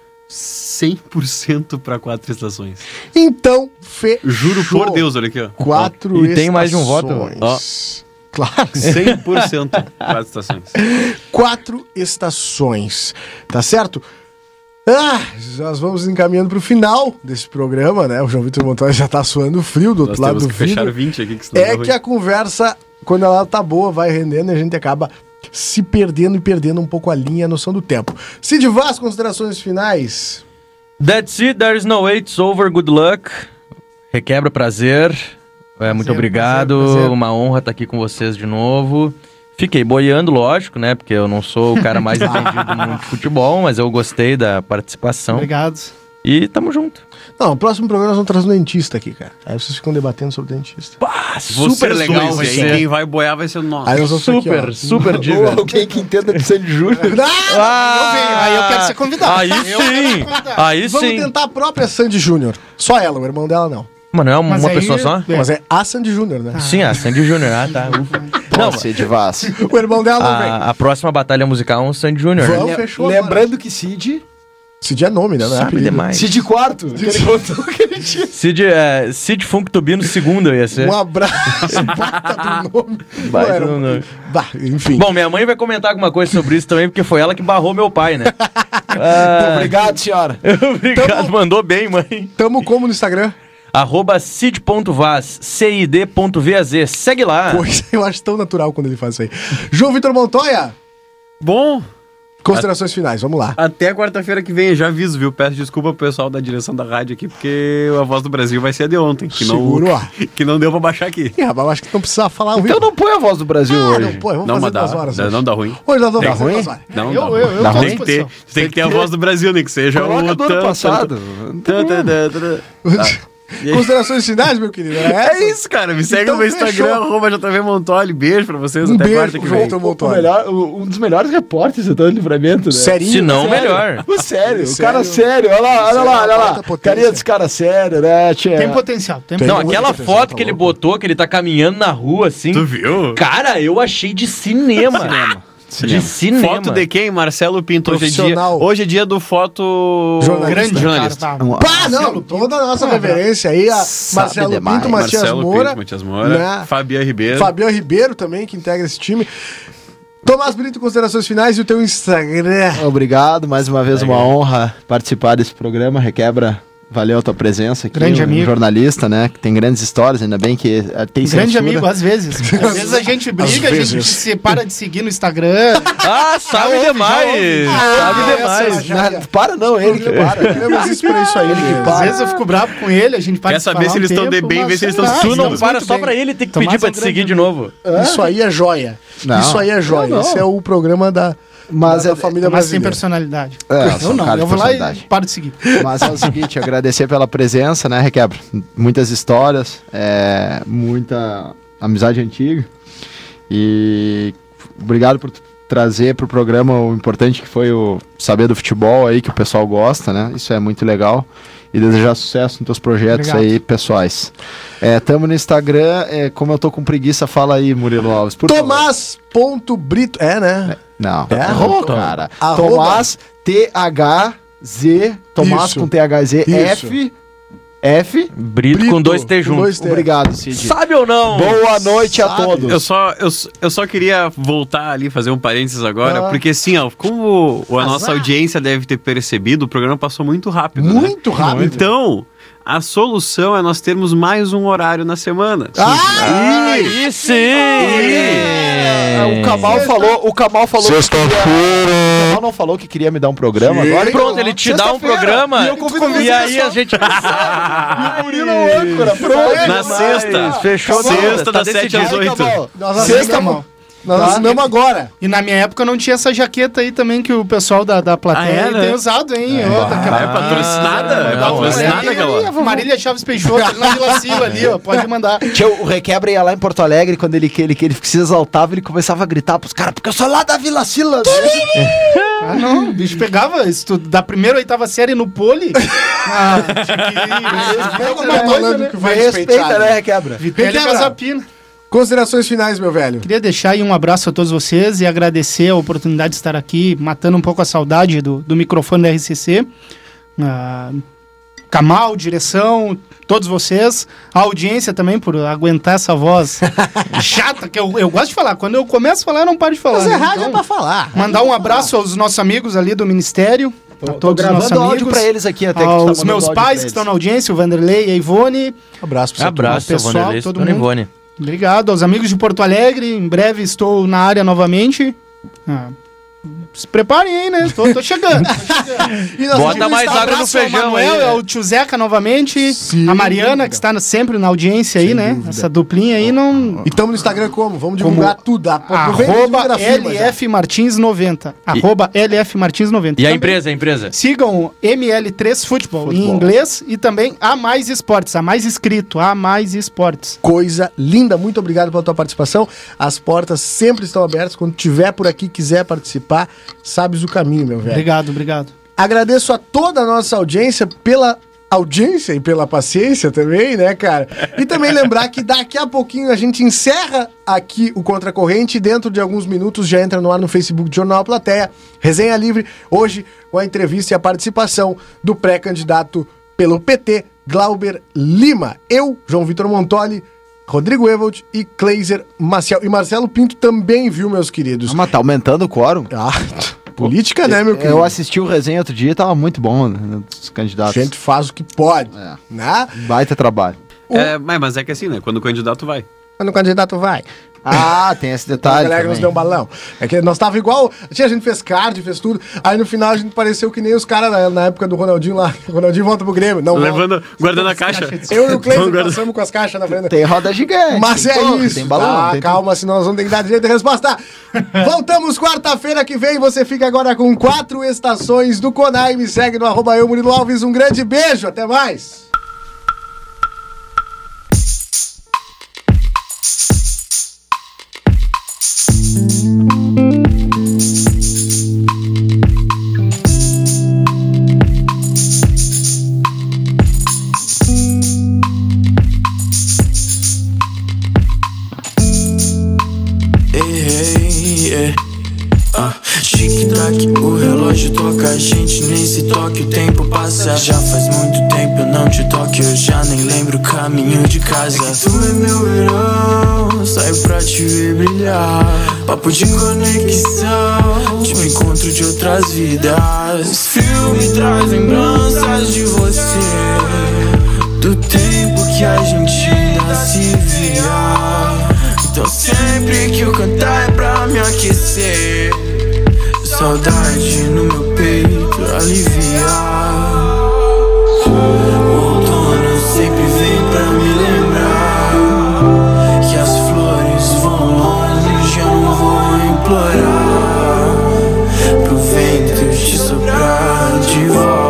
100% para quatro estações.
Então, fechou.
Juro por Deus, olha aqui, ó.
Quatro
E tem mais de um voto?
estações. Claro.
100%
(laughs)
quatro estações.
quatro estações, tá certo? Ah, nós vamos encaminhando pro final desse programa, né? O João Vitor Montoya já tá suando frio do
Nós
outro lado
temos
do
que fechar né,
vidro.
20 aqui, que senão
É
dá ruim.
que a conversa, quando ela tá boa, vai rendendo e a gente acaba se perdendo e perdendo um pouco a linha e a noção do tempo. Cid Vaz, considerações finais.
That's it, there's no way, it's over, good luck. Requebra, prazer. É, muito
Prazer,
obrigado,
prazer, prazer.
uma honra estar aqui com vocês de novo. Fiquei boiando, lógico, né? Porque eu não sou o cara mais entendido do mundo de futebol, mas eu gostei da participação.
Obrigado.
E tamo junto.
Não, o próximo programa nós vamos trazer um dentista aqui, cara. Aí vocês ficam debatendo sobre dentista.
Vocês
super legal
dois,
vai
hein?
ser.
Quem vai boiar vai ser o nosso.
Aí nós vamos aqui, ó.
Super, super
ou
diva.
alguém que entenda de Sandy Júnior
(laughs) Ah,
Ah,
venho, aí eu quero ser convidado.
Aí sim, aí
vamos
sim.
tentar a própria Sandy Júnior. Só ela, o irmão dela não.
Mano, é uma
Mas aí-
pessoa só?
É.
Mas é a Sandy Júnior,
Tá.
né?
Sim, a Sandy Júnior. Ah, tá. ufa. Não,
Nossa, Ed Vaz.
O irmão dela
Ah,
não vem.
a, a próxima batalha musical é um Sandy Júnior. né?
Vamos, fechou agora.
lembrando que Cid
Cid é nome, né? Não é
Sabe
apelido.
demais.
Cid quarto que ele contou que
(laughs)
ele tinha
Cid, é, Cid Funk Tubino segunda ia ser.
Um abraço. Bata do nome.
Baita
Não era
do
um-
nome.
Bah, enfim.
Bom, minha mãe vai comentar alguma coisa sobre isso também, porque foi ela que barrou meu
(laughs)
pai, né? Ah,
Obrigado, senhora.
(laughs) obrigado, mandou bem, mãe.
Tamo como no Instagram?
Arroba cid.vaz, cid.vaz, segue lá.
Pois (laughs) eu acho tão natural quando ele faz isso aí. João Vitor Montoya,
Bom,
considerações finais, vamos lá.
até quarta-feira que vem, eu já aviso, viu? Peço desculpa pro pessoal da direção da rádio aqui, porque a voz do Brasil vai ser a de ontem, que não,
Seguro, ó.
(laughs) que não deu pra baixar aqui.
Ih, rapaz, acho que não precisava falar ao
Então
vivo.
não põe a voz do Brasil
Ah,
hoje.
não, pô, vamos
Não,
fazer
mas dá,
duas horas.
dá-
hoje.
não dá ruim.
Hoje nós vamos
Tem
fazer
ruim?
duas horas.
Não,
Eu-
dá.
eu- eu
Dá
tô à
tem, que ter,
disposição.
tem, que ter a voz do Brasil, nem que seja
Coloca
o
do
tan-
ano passado.
tan- tan- tan- tan- E aí?
(laughs) Considerações finais, meu querido. Era
É
essa?
isso, cara. Me segue
Então
no meu Instagram,
fechou.
arroba JV Montoli. Beijo pra vocês.
Um
até
beijo
quarta que
pro
vem.
João Vitor
O
Montoya.
melhor, o- um dos melhores repórteres do Tanto Livramento, né?
Serinho, é
Se não,
sério.
melhor.
O sério, o
Sério.
cara sério, olha lá, olha lá, olha lá.
Alta potência.
Carinha dos caras sério, né, tchê?
Tem potencial, tem,
Tem.
Não,
potencial.
aquela
Muito atenção,
foto
tá
que ele
louco.
botou, que ele tá caminhando na rua, assim.
Tu viu?
Cara, eu achei de cinema. De cinema.
Foto de quem? Marcelo Pinto. Hoje é dia,
Profissional.
hoje é dia do foto...
Jornalista.
grande
jornalista.
cara, tá.
Pá, não, toda a nossa reverência aí, a
Sabe
Marcelo
demais.
Pinto, Matias
Marcelo
Moura.
Pinto, Matias Moura.
né?
Fabiano Ribeiro.
Fabiano Ribeiro também, que integra esse time. Tomás Brito, considerações finais e o teu Instagram.
Obrigado, mais uma vez uma honra participar desse programa, Requebra. Valeu a tua presença aqui.
Grande
um
amigo.
jornalista, né? Que tem grandes histórias, ainda bem que eh, tem
Grande
censura.
amigo, às vezes. Às vezes a gente briga, a gente
vezes.
se para de seguir no Instagram.
Ah, sabe demais! sabe
Ah,
demais!
essa-
Não, para não, ele que para.
Eu é não desisto pra isso aí, né?
Às vezes eu fico bravo com ele, a gente para
Quer
de
saber
falar
se eles
um
estão de
tempo,
bem, ver
mas
se eles estão-
não,
Tu não
estamos
para
muito
só
bem.
pra ele, tem que
Tomás
pedir pra
é um
te seguir de novo.
Isso aí é joia.
Não.
Isso aí é joia.
Não, não.
Esse é o programa da,
Mas
da
é-
família
né? Mas sem
brasileira.
personalidade.
É, sou
eu
um
não,
cara de
eu vou lá e
personalidade.
paro de seguir.
Mas é o seguinte, agradecer pela presença, né, Requebra? Muitas histórias, é, muita amizade antiga. E obrigado por tu trazer para o programa o importante que foi o saber do futebol aí, que o pessoal gosta, né? Isso é muito legal. E desejar sucesso nos teus projetos
Obrigado.
aí pessoais. É, tamo no Instagram, é, como eu tô com preguiça, fala aí, Murilo Alves. Por favor.
Tomás.brito. É, né?
Não. tá
É arroba,
cara.
Arroba.
Tomás T-H-Z. Tomás
Isso.
com T-H-Z.
Isso.
F. F.
É, Brito, com dois T juntos.
dois T.
Obrigado, Cid.
Sabe ou não?
Boa noite a
Sabe.
todos.
Eu só, eu, s- eu só queria voltar ali, fazer um parênteses agora,
Ah.
porque assim, ó, como a nossa audiência deve ter percebido, o programa passou muito rápido. né?
Muito rápido.
Então, a solução é nós termos mais um horário na semana.
Ah, Aí sim!
Ah, O Kamal
É.
falou, o Kamal falou que queria, o Kamal não falou que queria me dar um programa agora.
Agora pronto, ele te dá um
Sexta-feira.
programa
E eu convido
e,
vocês
aí
só.
a gente
O Murilo é o âncora, pronto.
Na sexta.
fechou
Sexta
tá
das sete
decidido.
às oito.
Ah, Nós
Sexta,
assinamos, nós assinamos agora.
E na minha época eu não tinha essa jaqueta aí também que o pessoal da, da plateia
Ah, é, né?
tem usado, hein? Ô, tá daquela
é patrocinada? é
não,
patrocinada, galera.
Marília Chaves Peixoto, (laughs) ali na Vila Silva ali, ó. Pode mandar.
Tinha o o Requebra ia lá em Porto Alegre, quando ele, que ele, que ele se exaltava, ele começava a gritar pros caras, porque eu sou lá da Vila Sila.
Ah, não. O bicho pegava isso tudo, da primeira ou oitava série no pole. Ah, tinha que né?
Como é malandro que vai respeitar,
Respeita, né,
né?
Requebra?
Vitória
Requebra.
Mazapina.
Considerações finais, meu velho.
Queria deixar aí um abraço a todos vocês e agradecer a oportunidade de estar aqui, matando um pouco a saudade do, do microfone da RCC. Ah, Kamal, direção, todos vocês. A audiência também, por aguentar
(laughs)
essa voz chata, que eu, eu gosto de falar. Quando eu começo a falar, eu não paro de falar.
é
né? Então,
falar.
mandar um abraço aos nossos amigos ali do Ministério, a
Tô
todos os nossos
gravando áudio
amigos.
pra eles aqui até. que tu tá
Aos
mandando
meus
áudio pra
pais que
eles.
estão na audiência, o Vanderlei e a Ivone.
Abraço pra você.
Abraço,
Pessoal,
Vanderlei,
todo
Dona
mundo.
Ivone.
Obrigado aos amigos de Porto Alegre. Em breve estou na área novamente. Ah, se preparem aí, né? Tô, tô
(laughs)
chegando.
E nós
Bota
vamos
mais
estar-
água no
Abraço ao
feijão aí.
Manuel,
né?
ao tio Zeca novamente.
Sem
a Mariana,
dúvida.
que está no- sempre na audiência aí, né? Essa duplinha aí não.
E estamos no Instagram como? Vamos divulgar tudo. Ah, Aproveita e divulga
Ah, Arroba
na firma já.
LF Martins 90. Arroba LF Martins 90.
E a
Também
empresa, a empresa?
Sigam ML3 Futebol em
Futebol.
inglês e também A Mais Esportes, A Mais Escrito, A Mais Esportes.
Coisa linda, muito obrigado pela tua participação. As portas sempre estão abertas. Quando tiver por aqui, quiser participar, sabes o caminho, meu velho.
Obrigado, obrigado.
Agradeço a toda a nossa audiência pela audiência e pela paciência também, né, cara? E também lembrar que daqui a pouquinho a gente encerra aqui o Contra a Corrente e dentro de alguns minutos já entra no ar no Facebook do Jornal Plateia, Resenha Livre, hoje com a entrevista e a participação do pré-candidato pelo PT, Glauber Lima. Eu, João Vitor Montoli, Rodrigo Evold e Kleiser Maciel. E Marcelo Pinto também, viu, meus queridos?
Ah, mas tá aumentando o quórum?
Ah, política, né, meu querido?
é, Eu assisti o resenha outro dia e tava muito bom, né? Os
A
candidatos.
gente faz o que pode,
É.
né?
Baita
(laughs)
trabalho.
É, mas mas é que assim, né? Quando o candidato vai.
Quando o candidato
(laughs)
vai.
Ah, tem esse
A
detalhe.
galera que nos
também.
deu um balão. É que nós tava igual. Tinha, a gente fez card, fez tudo. Aí no final a gente pareceu que nem os caras na, na época do Ronaldinho lá. (laughs) O Ronaldinho volta pro Grêmio. Não, volta.
Levando, guardando a caixa.
Eu e o
(laughs)
Cleiton
Vamos guardar-
passamos com as caixas na frente.
Tem roda gigante.
Mas
tem
é
toque,
isso.
Tem balão.
Ah,
tem tudo.
calma, senão nós vamos ter que dar direito à
(laughs)
resposta. Voltamos quarta-feira que vem. Você fica agora com quatro estações do Conai. Me segue no arroba eu, Murilo Alves. Um grande beijo. Até mais.
Errei, yeah. ah, é. tic-tac, o relógio. relógio toca, a gente nem se toca, o tempo passa. Já faz muito tempo eu não te toco, eu já nem lembro o caminho de casa. É que tu é meu verão, saio pra te ver brilhar. Papo de conexão, de um encontro de outras vidas. Os filmes trazem lembranças de você. Do tempo que a gente ainda se via Então sempre que eu cantar é pra me aquecer Saudade no meu peito aliviar O outono sempre vem pra me lembrar Que as flores vão longe, eu não vou implorar Pro vento te soprar de volta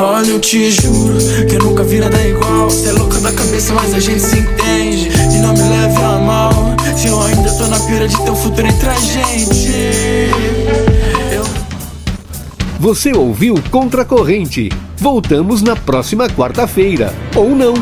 Olha, eu te juro que eu nunca vi nada igual. Cê é louca da cabeça, mas a gente se entende. E não me leve a mal. Se eu ainda tô na pira de ter um futuro entre a gente. Eu
Você ouviu Contra a Corrente. Voltamos na próxima quarta-feira. Ou não.